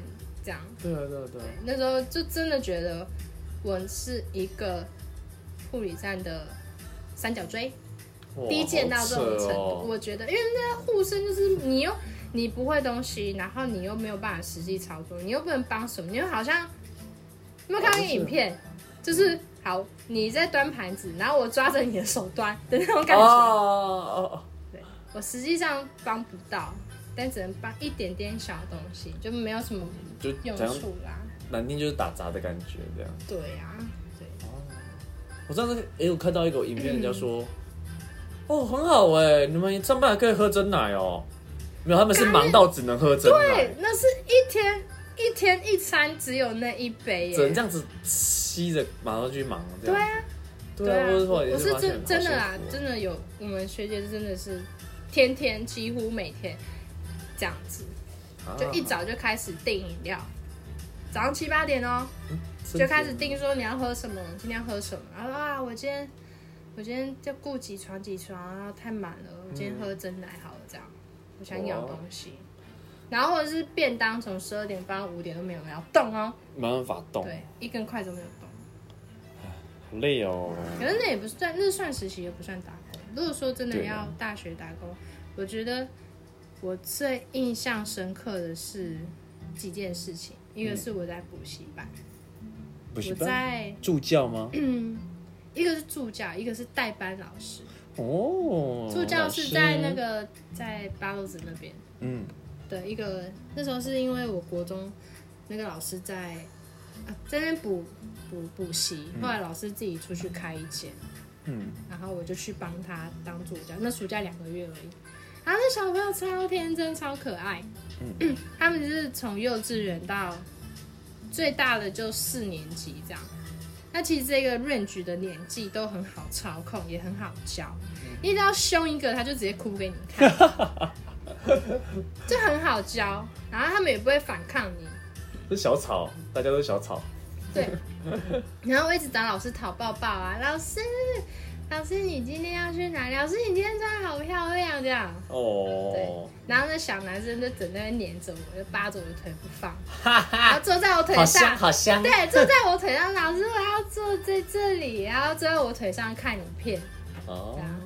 S2: 这样。
S3: 对啊，对啊，对啊。
S2: 那时候就真的觉得我是一个护理站的三角锥，
S3: 哇
S2: 低贱到这种程度。
S3: 好扯哦
S2: 我觉得，因为那个护士就是你又你不会东西，然后你又没有办法实际操作，你又不能帮什么，你又好像有没有看过一个影片，就是好你在端盘子，然后我抓着你的手端的那种感觉，
S3: 哦哦哦
S2: 我实际上帮不到。但只能帮一点点小东西，就没有什么
S3: 哦，就
S2: 用
S3: 怎样
S2: 处啦。
S3: 难听就是打杂的感觉这样。
S2: 对啊，对。
S3: 我上次也有看到一个影片，
S2: 嗯
S3: 人家说，哦很好哎，你们上班还可以喝真奶哦。没有，他们是忙到只能喝真奶
S2: 对，，那是一天一天一餐只有那一杯耶。
S3: 只能这样子吸着马上去忙这
S2: 对
S3: 样。
S2: 啊，
S3: 对啊，
S2: 啊，
S3: 或
S2: 我
S3: 者
S2: 我
S3: 说也
S2: 是
S3: 发现
S2: 真真的
S3: 好
S2: 啦
S3: 幸福，哦
S2: 真的有我们学姐真的是天天几乎每天这样子，
S3: 啊
S2: 啊就一早就开始订饮料，早上七八点哦、就开始定说你要喝什么，你今天要喝什么。然后啊，我今天我今天就顾几床几床，然后太满了，我今天喝真奶好了，这样我想咬东西。然后或者是便当，从十二点搬到五点都没有人要动哦，
S3: 没办法动，
S2: 对，一根筷子都没有动。
S3: 好累哦。
S2: 可是那也不算，那算实习，也不算打工。如果说真的
S3: 对
S2: 要
S3: 啊
S2: 大学打工，我觉得我最印象深刻的是几件事情，一个是我在补习班，
S3: 嗯补习
S2: 我
S3: 班
S2: 在
S3: 助教吗？
S2: 嗯一个是助教，一个是代班老师。
S3: 哦，
S2: 助教是
S3: 老师
S2: 在那个在八路子那边
S3: 嗯，
S2: 的一个，那时候是因为我国中那个老师在啊在那边补补补习，后来老师自己出去开一间，
S3: 嗯，
S2: 然后我就去帮他当助教，那暑假两个月而已。啊，那小朋友超天真，超可爱。 他们就是从幼稚园到最大的就四年级这样。那其实这个 range 的年纪都很好操控，也很好教。你只要凶一个，他就直接哭给你看，就很好教。然后他们也不会反抗你，
S3: 是小草，大家都是小草。
S2: 对。然后我一直找老师讨抱抱啊，老师，老师你今天要去哪里？老师你今天穿好漂亮，这样。
S3: 哦，
S2: 然后那小男生就整天黏着我，就扒着我的腿不放，然后坐在我腿上，
S3: 好香
S2: 对，坐在我腿上，老师我要坐在这里，然后坐在我腿上看影片，
S3: 哦
S2: 这，样。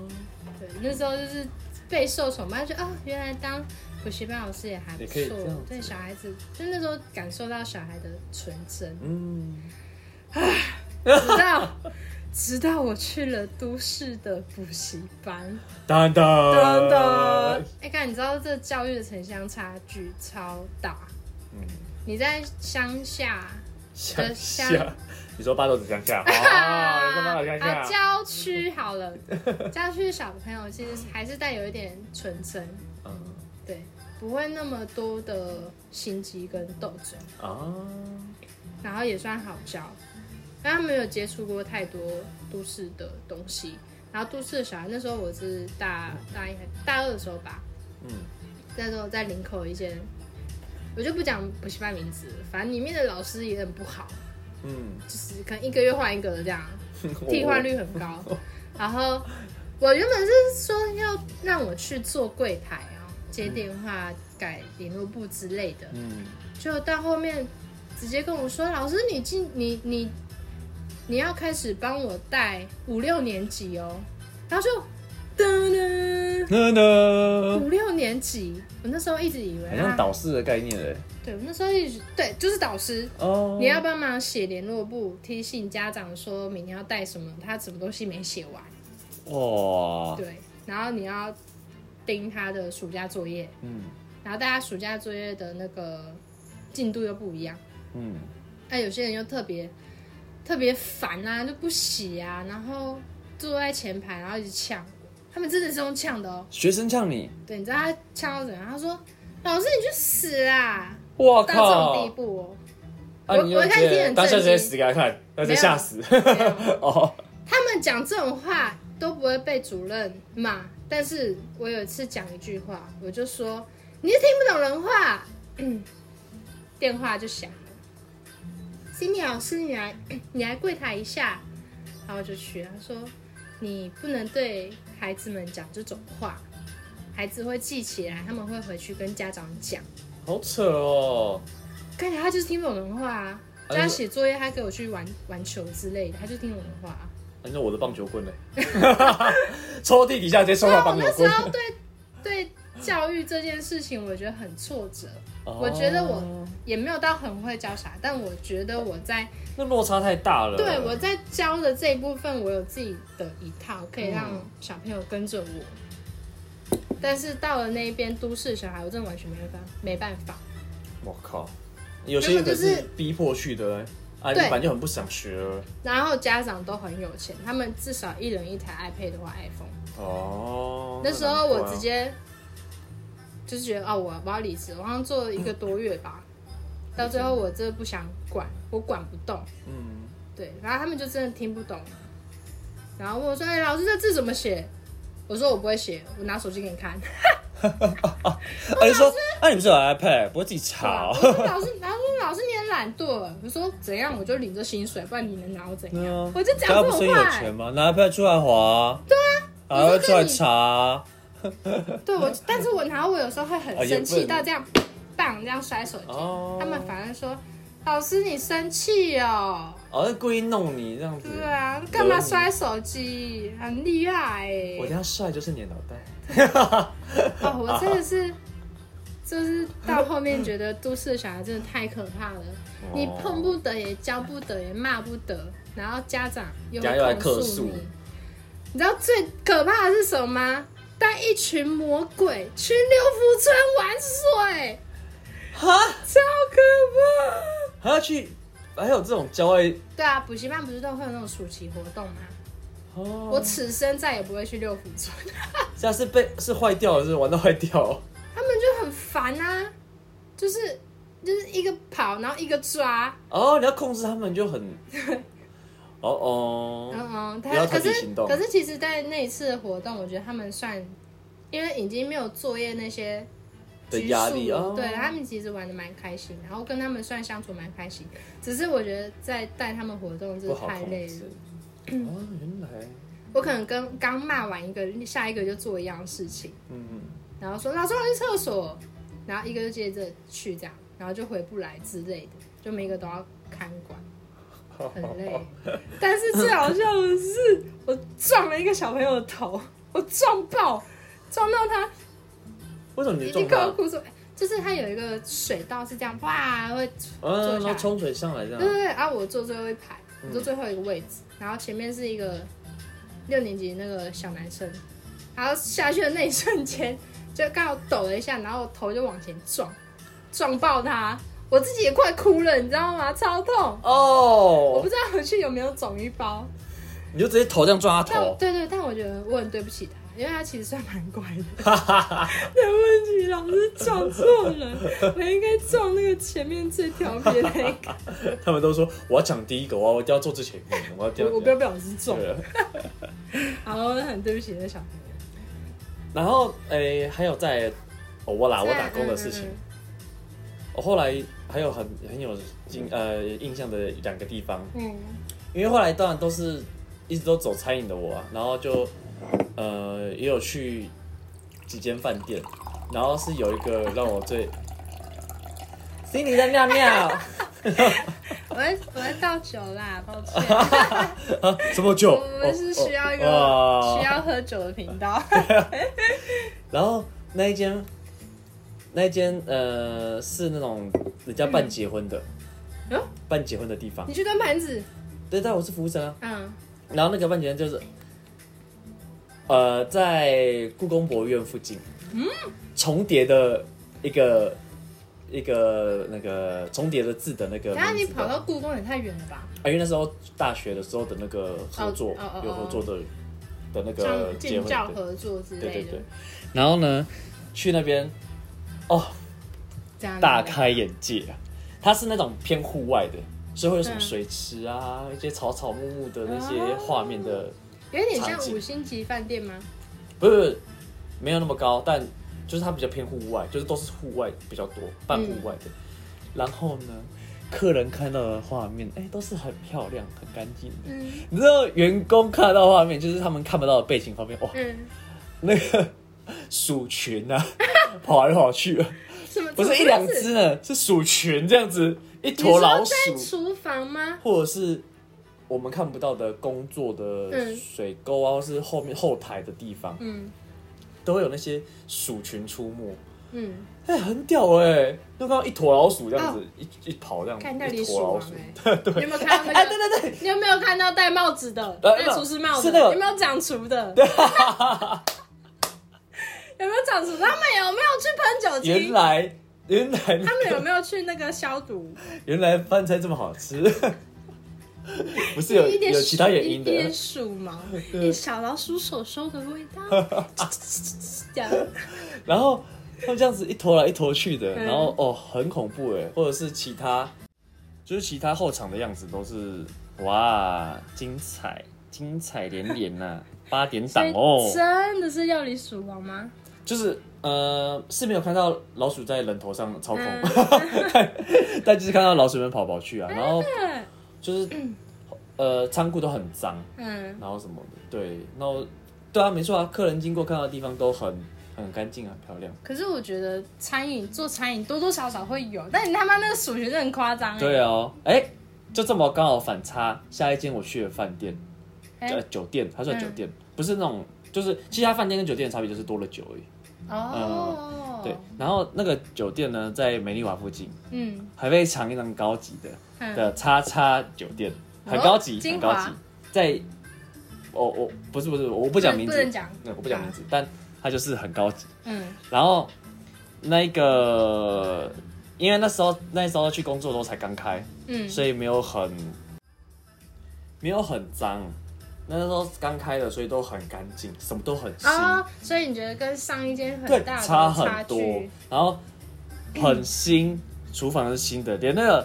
S2: 对，那时候就是备受崇拜，就哦，原来当补习班老师也还不
S3: 也可以
S2: 错
S3: 这样子，
S2: 对小孩子，就那时候感受到小孩的纯真。
S3: 嗯，
S2: 直到 直到我去了都市的补习班，
S3: 当当
S2: 真
S3: 呃
S2: 的，，哎，刚你知道这教育的城乡差距超大。
S3: 嗯，
S2: 你在乡下
S3: 乡
S2: 乡
S3: 下，你说八斗子乡 下，啊，你说八斗子乡
S2: 啊
S3: 下，
S2: 郊区好了，郊区小朋友其实还是带有一点纯真，
S3: 嗯
S2: 对，不会那么多的心机跟斗争，
S3: 啊，
S2: 然后也算好教，但他没有接触过太多都市的东西。然后都市的小孩，那时候我是大大一还大二的时候吧，
S3: 嗯，
S2: 那时候在林口一间，我就不讲补习班名字了，反正里面的老师也很不好，
S3: 嗯，
S2: 就是可能一个月换一个这样，替换率很高
S3: 哦。
S2: 然后我原本是说要让我去做柜台啊，接电话、改联络簿之类的，
S3: 嗯，
S2: 就到后面直接跟我说：“老师，你进你你你要开始帮我带五六年级哦。”然后就噔噔
S3: 呢呢，
S2: 五六年级，我那时候一直以为
S3: 很像
S2: 啊，
S3: 导师的概念嘞，
S2: 对我那时候一直对就是导师，
S3: 哦，
S2: 你要帮忙写联络簿，提醒家长说明天要带什么，他什么东西没写完，
S3: 哇，
S2: 对，然后你要盯他的暑假作业，
S3: 嗯
S2: 然后大家暑假作业的那个进度又不一样，
S3: 嗯，
S2: 那、有些人又特别特别烦啊，就不写啊，然后坐在前排，然后一直呛我，他们真的是用呛的哦，
S3: 学生呛你，
S2: 对，你知道他呛到怎样？他说：“老师，你去死啊！”
S3: 我
S2: 到这种
S3: 靠
S2: 地，步哦、
S3: 啊，
S2: 我
S3: 你
S2: 我
S3: 又
S2: 一开始也很
S3: 当下
S2: 震
S3: 直接
S2: 惊
S3: 死给他看，那直
S2: 没
S3: 接
S2: 有
S3: 吓死，
S2: 没有
S3: 哦，
S2: 他们讲这种话都不会被主任骂，但是我有一次讲一句话，我就说你是听不懂人话， 电话就响了。Cindy 老师，你来， 你来柜台一下。然后我就去，他说你不能对孩子们讲这种话，孩子会记起来，他们会回去跟家长讲。
S3: 好扯哦，
S2: 看起来他就是听不懂人话啊，
S3: 哎
S2: 叫他写作业，他给我去玩玩球之类的，他就听不懂人话啊。
S3: 反哎正我的棒球棍嘞， 抽屉底下直接收
S2: 对
S3: 到
S2: 啊，我
S3: 棒球
S2: 那时
S3: 棍，
S2: 候对对教育这件事情，我觉得很挫折，我觉得我
S3: 哦
S2: 也没有到很会教啥，但我觉得我在
S3: 那落差太大了，
S2: 对我在教的这一部分，我有自己的一套，可以让小朋友跟着我。但是到了那边都市小孩，我真的完全没办法，没办法。
S3: 我靠，有些人可
S2: 根本
S3: 是
S2: 就
S3: 逼迫去的欸，啊，你
S2: 对
S3: 本来就很不想学了
S2: 然后家长都很有钱，他们至少一人一台 iPad 或 iPhone。
S3: 哦。
S2: 那时候我
S3: 难
S2: 直
S3: 怪啊
S2: 接就是觉得哦，我我要离职，我好像做了一个多月吧，到最后我真的不想管，我管不动。
S3: 嗯，
S2: 对，然后他们就真的听不懂，然后问我说：“哎、老师这字怎么写？”我说：“我不会写，我拿手机给你看。
S3: 啊，你说，啊，你不是有 iPad，不会自己查
S2: 我
S3: 哦？
S2: 说：“老师，然后说老师你很懒惰。”我说：“怎样我就领着薪水，不然你能拿我怎样？”我就讲
S3: 大家啊
S2: 这
S3: 不
S2: 么
S3: 是有
S2: 快
S3: 钱，吗？拿 iPad 出来滑，对啊，还
S2: 我
S3: 会
S2: 就
S3: 出
S2: 跟
S3: 来
S2: 你
S3: 查啊，
S2: 对我，但是我然后我有时候会
S3: 啊
S2: 很
S3: 也
S2: 生
S3: 不
S2: 气
S3: 能
S2: 到这样，棒这样摔手机，
S3: 哦
S2: 他们反而说：“老师你生气哦。”
S3: 哦，那故意弄你这样子。
S2: 对啊，干嘛摔手机？很厉害哎、
S3: 我等一下帅就是你的脑袋，
S2: 哦，我真的是就是到后面觉得都市的小孩真的太可怕了，
S3: 哦
S2: 你碰不得也教不得也骂不得，然后家长又
S3: 家又来
S2: 会
S3: 客
S2: 控
S3: 诉
S2: 诉你。你知道最可怕的是什么吗？带一群魔鬼去六福村玩水，
S3: 哈
S2: 超可
S3: 还
S2: 怕。
S3: 要去，还有这种郊外
S2: 对啊，补习班不是都会有那种暑期活动吗？
S3: 哦，
S2: 我此生再也不会去六福村，
S3: 下次被是坏掉了，是玩到坏掉了，
S2: 他们就很烦啊，就是就是一个跑，然后一个抓，
S3: 哦，你要控制他们就 很，哦哦，
S2: 嗯嗯，
S3: 不要特
S2: 他可
S3: 地
S2: 是
S3: 行动
S2: 可是其实，在那一次的活动，我觉得他们算，因为已经没有作业那些
S3: 的
S2: 拘
S3: 压
S2: 束
S3: 力
S2: 了
S3: 哦，
S2: 对他们其实玩的蛮开心，然后跟他们算相处蛮开心，只是我觉得在带他们活动真
S3: 不
S2: 的
S3: 好
S2: 太累
S3: 控
S2: 了
S3: 制。。哦，原来，
S2: 我可能跟刚骂完一个，下一个就做一样的事情，
S3: 嗯，
S2: 然后说老师我要去厕所，然后一个就接着去这样，然后就回不来之类的，就每个都要看管。很累。但是最好笑的是，我撞了一个小朋友的头，我撞爆，撞到他
S3: 为什么你
S2: 已
S3: 撞
S2: 经跟我
S3: 他？
S2: 哭说，哎就是他有一个水道是这样，哇，会，
S3: 嗯，
S2: 坐下嗯
S3: 然后冲水上来这
S2: 对对
S3: 样，
S2: 对，然后我坐最后一排，我坐最后一个位置，然后前面是一个六年级那个小男生，然后下去的那一瞬间，就刚好抖了一下，然后头就往前撞，撞爆他。我自己也快哭了，你知道吗？超痛！我
S3: 哦
S2: 不，知道回去有没有肿一包，
S3: 你就直接头这样撞他
S2: 但我
S3: 头，
S2: 对对，但我觉得我很对不起他，因为他其实算蛮乖 的。对不起，老师撞错人，我应该撞那个前面最调皮的那 个。
S3: 他们都说我要抢第一个，我要我一定要坐最前面，我要这样
S2: 我我不要被老师撞，
S3: 对
S2: 然后很对不起那小朋友。
S3: 然后诶、还有在、哦、我啦，我打工的事情，
S2: 嗯嗯
S3: 我后来还有很很有印呃印象的两个地方，
S2: 嗯，
S3: 因为后来当然都是一直都走餐饮的我啊，然后就呃也有去几间饭店，然后是有一个让我最 Cindy 在尿 尿，
S2: 我会我会倒酒啦，抱 歉，
S3: 哦啊什么酒？哦
S2: 我们是需要一个
S3: 哦哦哦
S2: 需要喝酒的频道。
S3: 然后那一间，那一间呃是那种人家办结婚的，
S2: 嗯
S3: 办结婚的地方。
S2: 你去端盘子，
S3: 对，但我是服务生啊。
S2: 嗯，
S3: 然后那个办结婚就是，呃，在故宫博物院附近，重叠的一个一个那个重叠的字的那个
S2: 然后你
S3: 名字的。
S2: 跑到故宫也太远了吧？
S3: 啊，因为那时候大学的时候的那个合作
S2: 哦哦哦哦
S3: 有合作的的那个
S2: 像
S3: 呃结
S2: 建
S3: 婚
S2: 教
S3: 的，
S2: 合作之
S3: 对对
S2: 类的
S3: 对，。然后呢，去那边哦，
S2: 这样子
S3: 大。开眼界啊！它是那种偏户外的，所以会有什么
S2: 嗯
S3: 水池啊，一些草草木木的那些画面的，
S2: 有点像
S3: 场景
S2: 五星级饭店吗？
S3: 不是不是没有那么高，但就是它比较偏户外，就是都是户外比较多，半户外的。然后呢，客人看到的画面，哎、都是很漂亮、很干净的。
S2: 嗯
S3: 你知道员工看到的画面，就是他们看不到的背景画面，哇，哦
S2: 嗯，
S3: 那个鼠群啊，跑来跑去啊，
S2: 什么？
S3: 不是一两只呢，是鼠群这样子，一坨老鼠。
S2: 你说在厨房吗？
S3: 或者是我们看不到的工作的
S2: 嗯
S3: 水沟啊，或是后面后台的地方，
S2: 嗯
S3: 都会有那些鼠群出没。
S2: 嗯，
S3: 哎、很屌哎、就看到一坨老鼠这样子，
S2: 哦
S3: 一一跑这样，
S2: 看到
S3: 一
S2: 你
S3: 坨
S2: 鼠
S3: 老
S2: 王
S3: 鼠。
S2: 哎，你有没有看到
S3: 哎、
S2: 那
S3: 对
S2: 个？
S3: 对对，
S2: 你有没有看到戴帽子的、
S3: 呃
S2: 戴厨师帽
S3: 是
S2: 的？
S3: 那个
S2: 有没有长 厨的？ 有没有长厨？他们有没有去喷酒
S3: 原
S2: 精？
S3: 来原来
S2: 他们有没有去那个消毒？
S3: 原来饭菜这么好吃， 不是有
S2: 一点
S3: 有其他原因的
S2: 一，点鼠毛，
S3: 对
S2: 一点小老鼠手手的味 道，这样
S3: 然后他们这样子一坨来一坨去的，
S2: 嗯
S3: 然后哦，很恐怖哎，或者是其他，就是其他后场的样子都是哇，精彩精彩连连呐、八点档哦
S2: 所以，真的是料理鼠王吗？
S3: 就是呃是没有看到老鼠在人头上操控，
S2: 嗯
S3: 但就是看到老鼠们跑跑去啊，然 后
S2: 嗯
S3: 就是呃仓库都很脏，
S2: 嗯，
S3: 然后什么的，对，然后对啊，没错啊，客人经过看到的地方都很很干净很漂亮。
S2: 可是我觉得餐饮做餐饮多多少少会有，但你他妈那个鼠觉得很夸张哎。
S3: 对哦，哎、就这么刚好反差。下一间我去的饭店，
S2: 哎
S3: 呃，酒店，它算
S2: 嗯
S3: 酒店，不是那种，就是其他饭店跟酒店的差别就是多了酒而已。
S2: 哦，哦，
S3: 啊嗯对，然后那个酒店呢，在美丽华附近，
S2: 嗯，
S3: 还非常非常高级的
S2: 嗯
S3: 的叉叉酒店，
S2: 哦
S3: 很高级，很
S2: 金华
S3: 高级。在，我我不是不是，我不讲名字，
S2: 不能讲
S3: 对我不讲名字，但它就是很高级。
S2: 嗯
S3: 然后那个，因为那时候那时候去工作的时候才刚开，
S2: 嗯，
S3: 所以没有很没有很脏。那时候刚开的，所以都很干净，什么都很新。
S2: 哦，所以你觉得跟上一间很
S3: 对，
S2: 大的
S3: 差
S2: 差
S3: 很多
S2: 距？，
S3: 然后很新，厨房是新的，连那个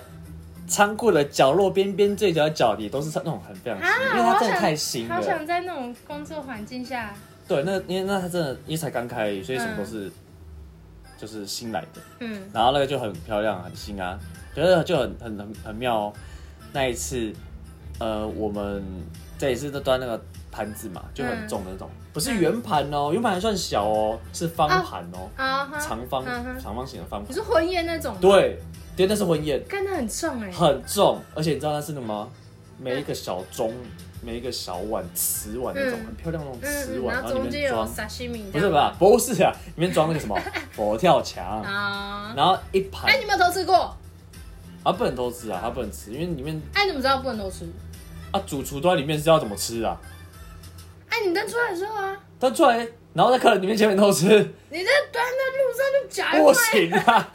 S3: 仓库的角落边边最角角也都是那种很非常新的，
S2: 啊
S3: 因为它
S2: 好
S3: 真的
S2: 想
S3: 太新
S2: 好
S3: 了。
S2: 想在那种工作环境下，
S3: 对，那因为那它真的因为才刚开而已，所以什么都是、就是新来的，
S2: 嗯
S3: 然后那个就很漂亮，很新啊，觉得就很很很很妙哦。那一次，呃，我们这一次都端那个盘子嘛，就
S2: 嗯
S3: 很重的那种，不是圆盘哦，圆盘还算小哦，是方
S2: 啊
S3: 盘哦。
S2: 啊哈，
S3: 长方、
S2: 嗯哼
S3: 长方形的方
S2: 你
S3: 盘。
S2: 是婚宴那种？，
S3: 对，对，那是婚宴，
S2: 干的很重哎，
S3: 很重，而且你知道那是什么吗？每一个小盅，每一个小碗、瓷碗那种、
S2: 嗯
S3: 很漂亮那种瓷
S2: 嗯嗯，
S3: 碗，
S2: 然后中
S3: 里
S2: 间
S3: 面
S2: 有
S3: 装
S2: sashimi，
S3: 不是吧？不是啊，里面装那个 什么佛跳墙，
S2: 啊？
S3: 然后一盘
S2: 哎，你们有偷吃过？
S3: 啊不能偷吃啊，它不能吃，因为里面
S2: 哎，你怎么知道不能偷吃？
S3: 啊主厨都在里面是要怎么吃啊？
S2: 哎，你端出来的时候啊，
S3: 端出来，然后在客人里面前面偷吃，
S2: 你在端在路上就夹一
S3: 不
S2: 块，
S3: 行啊，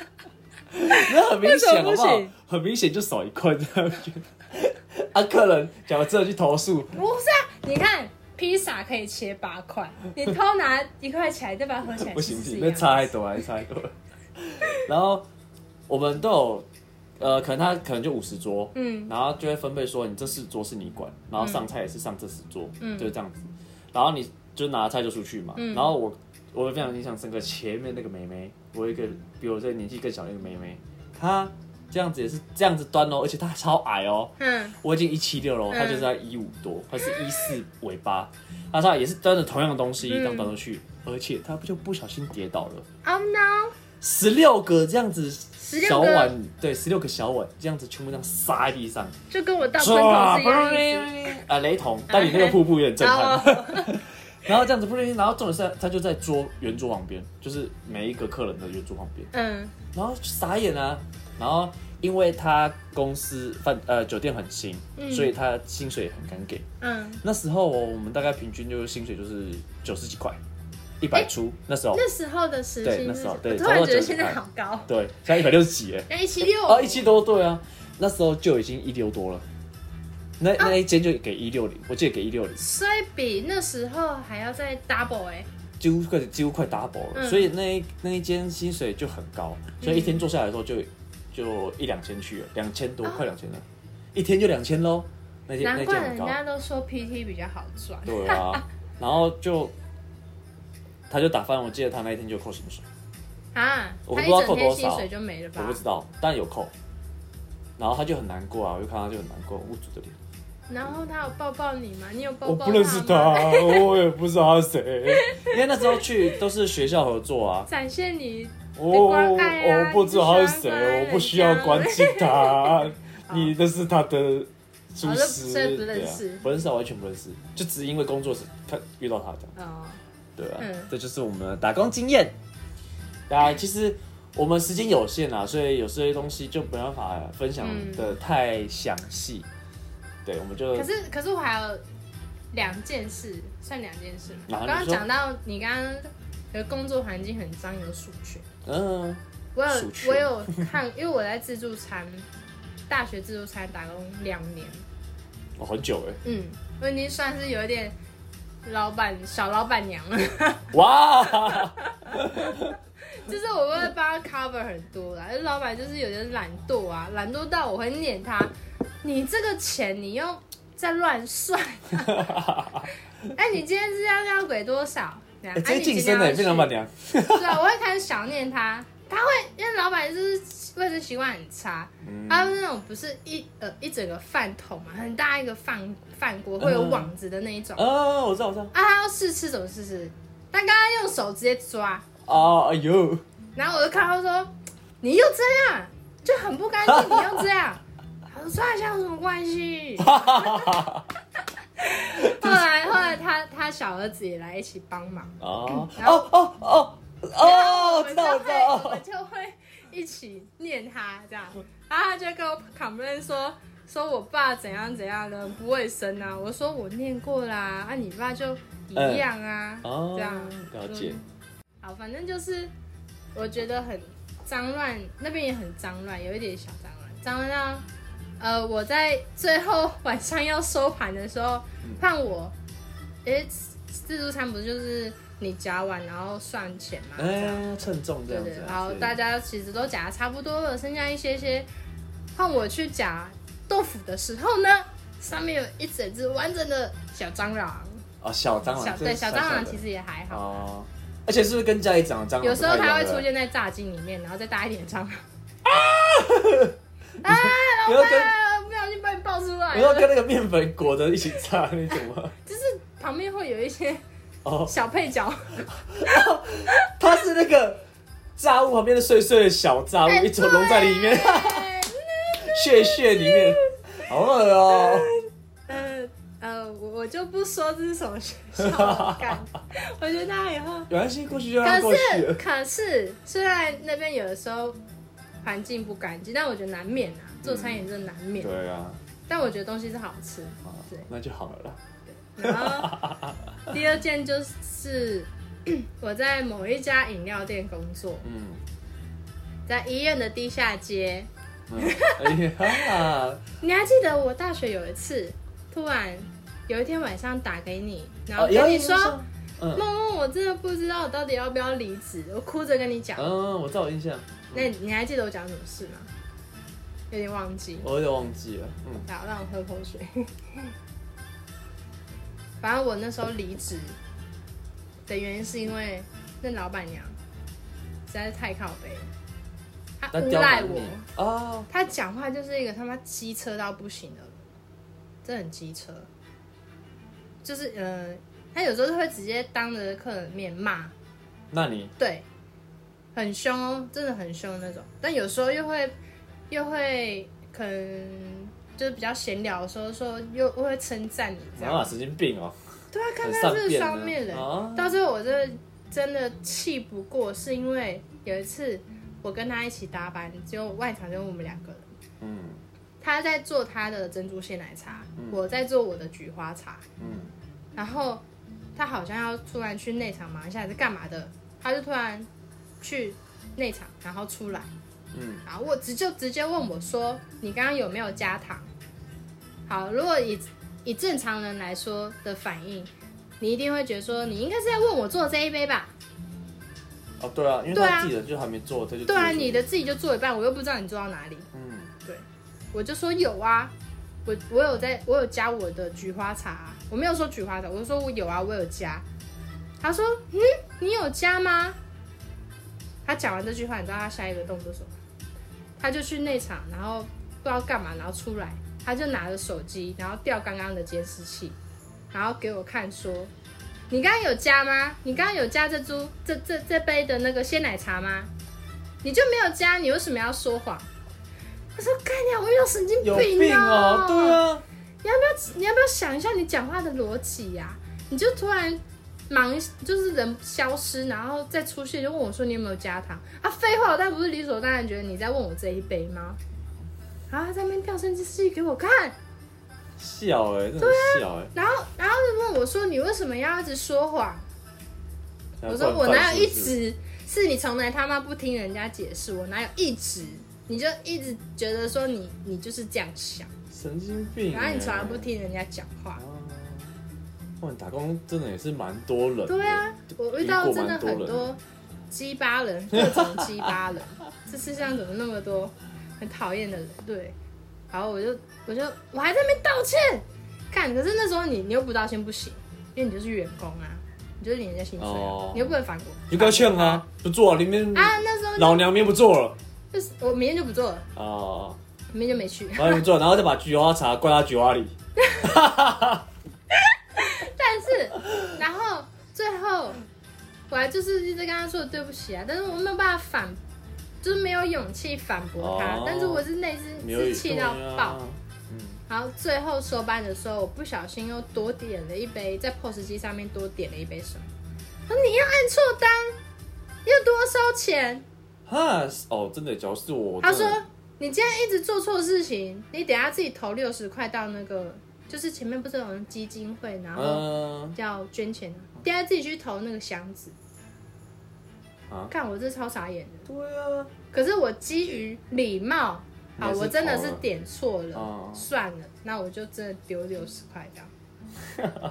S3: 那很明显好不
S2: 为什么不
S3: 好
S2: 行？
S3: 很明显就少一块这样觉得。啊，客人假如真的去投诉，
S2: 不是啊？你看披萨可以切八块，你偷拿一块起来，再把它合起 来，
S3: 不行不行，
S2: 其实是一样
S3: 那
S2: 的
S3: 差太多了，还差太多了。 然后我们都有，呃，可能他可能就五十桌，
S2: 嗯
S3: 然后就会分配说你这四桌是你管，然后上菜也是上这四桌，
S2: 嗯
S3: 就是这样子。然后你就拿菜就出去嘛。
S2: 嗯
S3: 然后我我非常印象深刻，前面那个妹妹，我有一个比我这年纪更小的一个妹妹，她这样子也是这样子端哦，而且她超矮哦，
S2: 嗯
S3: 我已经一七六了，
S2: 嗯
S3: 他就是在一五多，他是一四尾巴，他上也是端着同样的东西
S2: 嗯
S3: 这样端出去，而且他就不小心跌倒了，
S2: ，Oh no，
S3: 十六个这样子
S2: 16
S3: 小
S2: 个
S3: 碗，对，十六个小碗这样子全部这样撒在地上，
S2: 就跟我倒喷哦头是一样的意思。
S3: 啊，雷同，但你那个瀑布有点震
S2: 哦
S3: 撼。 然后这样子不小心，然后重点是他就在桌圆桌旁边，就是每一个客人的圆桌旁边，
S2: 嗯
S3: 然后傻眼啊，然后因为他公司饭呃酒店很新，
S2: 嗯
S3: 所以他薪水也很敢给。
S2: 嗯，
S3: 那时候我我们大概平均就是薪水就是九十几块，一百
S2: 欸
S3: 出那时候，
S2: 那时候的时
S3: 对
S2: 薪
S3: 那
S2: 是，
S3: 时
S2: 我
S3: 候对
S2: 突然觉得
S3: 差
S2: 现
S3: 不多90
S2: 在好高，
S3: 对，现在一百六十几哎，
S2: 要一七六
S3: 哦一七多对啊，那时候就已经一六多了，那
S2: 啊
S3: 那一间就给一六零，我记得给一六零，
S2: 所以比那时候还要再 double 哎、
S3: 几乎快几乎快 double 了，
S2: 嗯
S3: 所以那一那一间薪水就很高，所以一天做下来的时候就就一两千去了，两千多
S2: 哦
S3: 快两千了，一天就两千喽，那间
S2: 难
S3: 那
S2: 怪
S3: 间很
S2: 人
S3: 高，
S2: 家都说 PT 比较好赚。
S3: 对啊，然后就他就打翻，我记得他那一天就扣薪水。
S2: 啊，
S3: 我不
S2: 他一
S3: 知道
S2: 整
S3: 扣
S2: 天
S3: 多少
S2: 薪水就没了吧
S3: 我不？知道，但有扣。然后他就很难过啊，我就看他就很难过，捂住的脸。
S2: 然后他有抱抱你吗？你有抱
S3: 我
S2: 抱
S3: 不认识他
S2: 吗？，
S3: 我也不知道他是谁，因为那时候去都是学校合作啊。
S2: 展现你
S3: 我
S2: 关爱啊
S3: 哦我不知道他是谁，
S2: 你不需要关
S3: 我
S2: 爱人
S3: 不需要关心他。 你认识他的
S2: 哦
S3: 厨
S2: 这
S3: 师，
S2: 这不
S3: 对
S2: 认
S3: 啊
S2: 识，
S3: 不认识啊，完全不认识，就只因为工作时看遇到他的。
S2: 哦，
S3: 对啊，
S2: 嗯
S3: 这就是我们的打工经验。啊，其实我们时间有限啊，所以有些东西就没办法分享的太详细。对，我们就
S2: 可是可是我还有两件事，算两件事嘛。
S3: 哪
S2: 我
S3: 你
S2: 刚刚
S3: 说
S2: 讲到你刚刚的工作环境很脏，有鼠群。
S3: 嗯，
S2: 我有
S3: 鼠群
S2: 我有看， 因为我在自助餐，大学自助餐打工两年，
S3: 哦、很久哎，
S2: 嗯，我已经算是有点老板小老板娘了，
S3: 哇，
S2: 就是我会帮他 cover 很多啦。就是老板就是有点懒惰啊，懒惰到我会念他，你这个钱你又在乱算、 哎、你今天是要要给多少？这样
S3: 欸、
S2: 哎
S3: 这
S2: 你
S3: 晋
S2: 今
S3: 升
S2: 天
S3: 的
S2: 要
S3: 变老板
S2: 去
S3: 娘，
S2: 对啊，我会开始想念他。他会因为老板就是卫生习惯很差，他们那种不是一呃一整个饭桶嘛，很大一个饭饭锅会有
S3: 嗯
S2: 网子的那一种，啊，
S3: 哦，我知道，我知道，
S2: 他要试吃怎么试吃？他刚刚用手直接抓，
S3: 哦，哎呦，
S2: 然后我就看他说：“你又这样，就很不干净，你又这样。” 他说：“抓一下有什么关系？”
S3: 哦
S2: 后来后来他他小儿子也来一起帮忙，
S3: 哦
S2: 然后
S3: 哦哦哦，哦，我知道，
S2: 我
S3: 我
S2: 们
S3: 知
S2: 就会
S3: 道，
S2: 我
S3: 哦
S2: 们就会一起念他这样，然后他就跟我 complain 说说我爸怎样怎样的不卫生啊，我说我念过啦，啊你爸就一样啊，
S3: 嗯哦，
S2: 这样嗯
S3: 了解。
S2: 好，反正就是我觉得很脏乱，那边也很脏乱，有一点小脏乱，脏乱到呃我在最后 晚上要收盘的时候，
S3: 嗯
S2: 看我，诶自助餐不就是你夹完然后算钱嘛，这样。
S3: 哎，称重这
S2: 对
S3: 样
S2: 对
S3: 子，，
S2: 然后
S3: 是
S2: 大家其实都夹得差不多了，剩下一些些。换我去夹豆腐的时候呢，上面有一整只完整的小蟑螂，
S3: 哦，小蟑
S2: 小
S3: 螂，
S2: 对小蟑螂其
S3: 实
S2: 实也还好，
S3: 哦，而且是不是跟家里长的蟑螂
S2: 有时候
S3: 不太一
S2: 它
S3: 样
S2: 会
S3: 对不
S2: 出
S3: 对
S2: 现在炸鸡里面，然后再大一点的蟑螂，
S3: 你啊要跟
S2: 啊，不小心把你爆出来
S3: 你要
S2: 了，
S3: 跟那个面粉裹着一起炸那种啊吗？
S2: 就是旁边会有一些
S3: 哦，
S2: 小配 角，
S3: 它是那个炸物旁边的碎碎的小炸物，
S2: 哎
S3: 一坨融在里面，屑屑里面，好恶哦、
S2: 呃呃，我我就不说这是什么学校，干 我觉得大家以后。
S3: 有关系，过去就让它过
S2: 可
S3: 去
S2: 是
S3: 了。
S2: 可是，虽然那边有的时候环境不干净，但我觉得难免啊，做餐饮真的难免。
S3: 嗯对啊，
S2: 但我觉得东西是好吃。
S3: 好
S2: 对
S3: 那就好了啦。
S2: 然后第二件就是我在某一家饮料店工作，
S3: 嗯，
S2: 在医院的地下街。
S3: 嗯哎呀，
S2: 你还记得我大学有一次，突然有一天晚上打给你，然后
S3: 哦有
S2: 跟你
S3: 印
S2: 说。
S3: 象嗯
S2: 梦梦，我真的不知道我到底要不要离职，我哭着跟你讲。
S3: 嗯，我知道我印象，
S2: 那你还记得我讲什么事吗？有点忘记。
S3: 我有点忘记了。嗯，
S2: 好，让我喝口水。反正我那时候离职的原因是因为那老板娘实在是太靠背了，她
S3: 那
S2: 诬
S3: 刁
S2: 赖
S3: 难
S2: 我
S3: 你，哦，
S2: 她讲话就是一个他妈机车到不行的人，真的很机车。就是呃，她有时候是会直接当着客人面骂，
S3: 那你
S2: 对，很凶哦，真的很凶那种。但有时候又会又会可能就是比较闲聊的时候说又又会称赞你这
S3: 妈妈
S2: 样。
S3: 神经病哦，
S2: 对啊，看
S3: 很
S2: 他
S3: 善
S2: 是
S3: 变
S2: 双
S3: 呢
S2: 面人。
S3: 哦
S2: 到最后我真的真的气不过，是因为有一次我跟他一起搭班，只有外场就我们两个人。
S3: 嗯
S2: 他在做他的珍珠鲜奶茶，我在做我的菊花茶。
S3: 嗯，
S2: 然后他好像要突然去内场忙一下还是干嘛的，他就突然去内场，然后出来，
S3: 嗯，
S2: 然后我直就直接问我说：“你刚刚有没有加糖？”好，如果以以正常人来说的反应，你一定会觉得说，你应该是在问我做这一杯吧？
S3: 哦对啊，因为
S2: 对啊
S3: 他自己人就还没做，他就
S2: 对啊，
S3: 自己
S2: 你的自己就做一半，我又不知道你做到哪里。
S3: 嗯
S2: 我就说有啊，我我有在，我有加我的菊花茶啊、我没有说菊花茶，我就说我有啊，我有加。他说，嗯，你有加吗？他讲完这句话，你知道他下一个动作是什么吗？他就去内场，然后不知道干嘛，然后出来，他就拿着手机，然后调刚刚的监视器，然后给我看说，你刚刚有加吗？你刚刚有加这株这这这杯的那个鲜奶茶吗？你就没有加，你为什么要说谎？我说干呀，我遇到神经病
S3: 有
S2: 啊
S3: 病哦，对啊，
S2: 你要不要你要不要想一下你讲话的逻辑呀？你就突然忙，就是人消失，然后再出现，就问我说你有没有加糖啊？废话，我当然不是理所当然觉得你在问我这一杯吗？然后他在那边调声机器给我看，
S3: 笑哎，真的
S2: 啊
S3: 笑哎，
S2: 然后然后就问我说你为什么要一直说谎？我
S3: 然
S2: 说
S3: 后
S2: 我
S3: 灌
S2: 哪有一
S3: 饭是不是
S2: 直是你从来他妈不听人家解释，我哪有一直你就一直觉得说你你就是这样想，
S3: 神经病欸，
S2: 然后你从来不听人家讲话。
S3: 哦。哇，你打工真的也是蛮多人的，
S2: 对啊，我遇到真的
S3: 遇
S2: 很
S3: 过蛮多
S2: 多鸡巴人，各种鸡巴人，这世界上怎么那么多很讨厌的人？对，然后我就我就我还在那边道歉，看，可是那时候你你又不道歉不行，因为你就是员工啊，你就是领人家薪水啊，
S3: 哦
S2: 你又不能反驳。
S3: 你就跟他劝啊，不做了，里面
S2: 啊，那时候就
S3: 老娘明天不做了
S2: 就是我明天就不做了，
S3: 哦，
S2: 明天就没去。
S3: 老娘不做了，然后再把菊花茶灌到菊花里，
S2: 但是，然后最后我还就是一直跟他说对不起啊，但是我没有办法反，就是没有勇气反驳他，
S3: 哦
S2: 但是我是内心
S3: 没有
S2: 是气到
S3: 对啊
S2: 爆。，
S3: 嗯，
S2: 然后最后收班的时候，我不小心又多点了一杯，在 POS 机上面多点了一杯什么。我说你要按错单，要要多收钱。
S3: 哈，哦，真的，假如是我，
S2: 他说
S3: 真的
S2: 你今天一直做错事情，你等下自己投六十块到那个，就是前面不是有人基金会，然后
S3: 嗯，
S2: 要捐钱，等下自己去投那个箱子。
S3: 啊
S2: 看我这超傻眼的。
S3: 对啊，
S2: 可是我基于礼貌，
S3: 你
S2: 啊，
S3: 还是
S2: 我真的是
S3: 投了
S2: 点错了，
S3: 哦
S2: 算了，那我就真的丢六十块这样。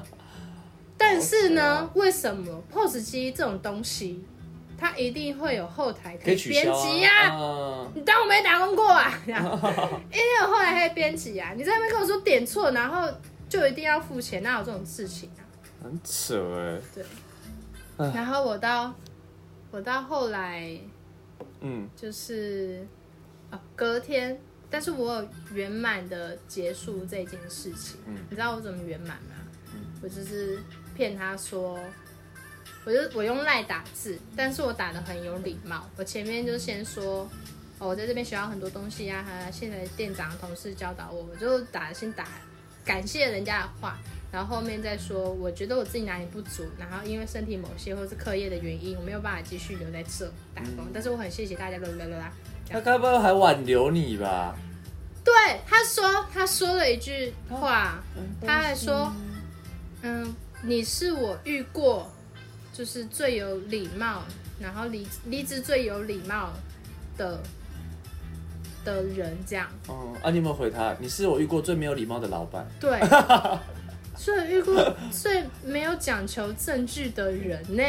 S2: 但是呢，
S3: 哦
S2: 为什么 POS 机这种东西，它一定会有后台
S3: 可以取
S2: 编
S3: 消
S2: 辑
S3: 啊，
S2: 啊？
S3: 啊
S2: 你当我没打工过 啊？一定有后台可以编辑啊！你在那边跟我说点错，然后就一定要付钱，哪有这种事情啊？
S3: 很扯哎，
S2: 然后我到我到后来
S3: 嗯，
S2: 就是哦，隔天，但是我有圆满的结束这件事情。
S3: 嗯
S2: 你知道我怎么圆满吗？我就是骗他说，我就我用赖打字，但是我打的很有礼貌。我前面就先说，哦，我在这边学到很多东西呀、啊，还现在店长同事教导我，我就打先打感谢人家的话。然后后面再说，我觉得我自己哪里不足，然后因为身体某些或是课业的原因，我没有办法继续留在这打工，但是我很谢谢大家，啦啦啦啦。
S3: 他该不会还挽留你吧？
S2: 对，他说他说了一句话，他还说，嗯，你是我遇过就是最有礼貌，然后离离职最有礼貌的的人，这样
S3: 嗯，啊，你有没有回他？你是我遇过最没有礼貌的老板。
S2: 对，所以遇过最没有讲求证据的人呢，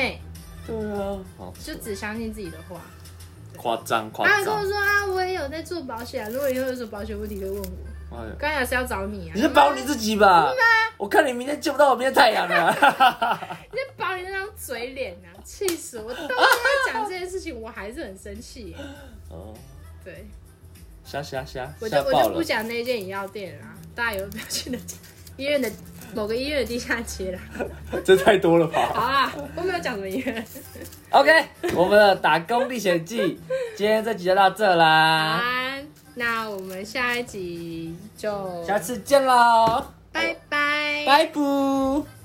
S3: 对啊，好
S2: 就只相信自己的话。
S3: 夸张夸
S2: 他还跟我
S3: 张。
S2: 说啊，我也有在做保险，如果以后有什么保险问题可以问我。
S3: 哎呀
S2: 刚才是要找你啊，
S3: 你是保你自己吧？我看你明天见不到我明天太阳了。
S2: 你在保你那张嘴脸啊，气死我！我到现在讲这件事情，我还是很生气耶。
S3: 哦，
S2: 对，
S3: 瞎瞎瞎，
S2: 我就
S3: 吓
S2: 我
S3: 爆
S2: 就不
S3: 了。
S2: 讲那间饮料店啦，大家有没有去那间医院的某个医院的地下街啦？
S3: 这太多了吧？
S2: 好啦，我没有讲什么医院。
S3: OK，我们的打工历险记，今天这集就到这
S2: 好
S3: 啦，
S2: 啊，那我们下一集就
S3: 下次见喽，
S2: 拜拜，
S3: 拜拜。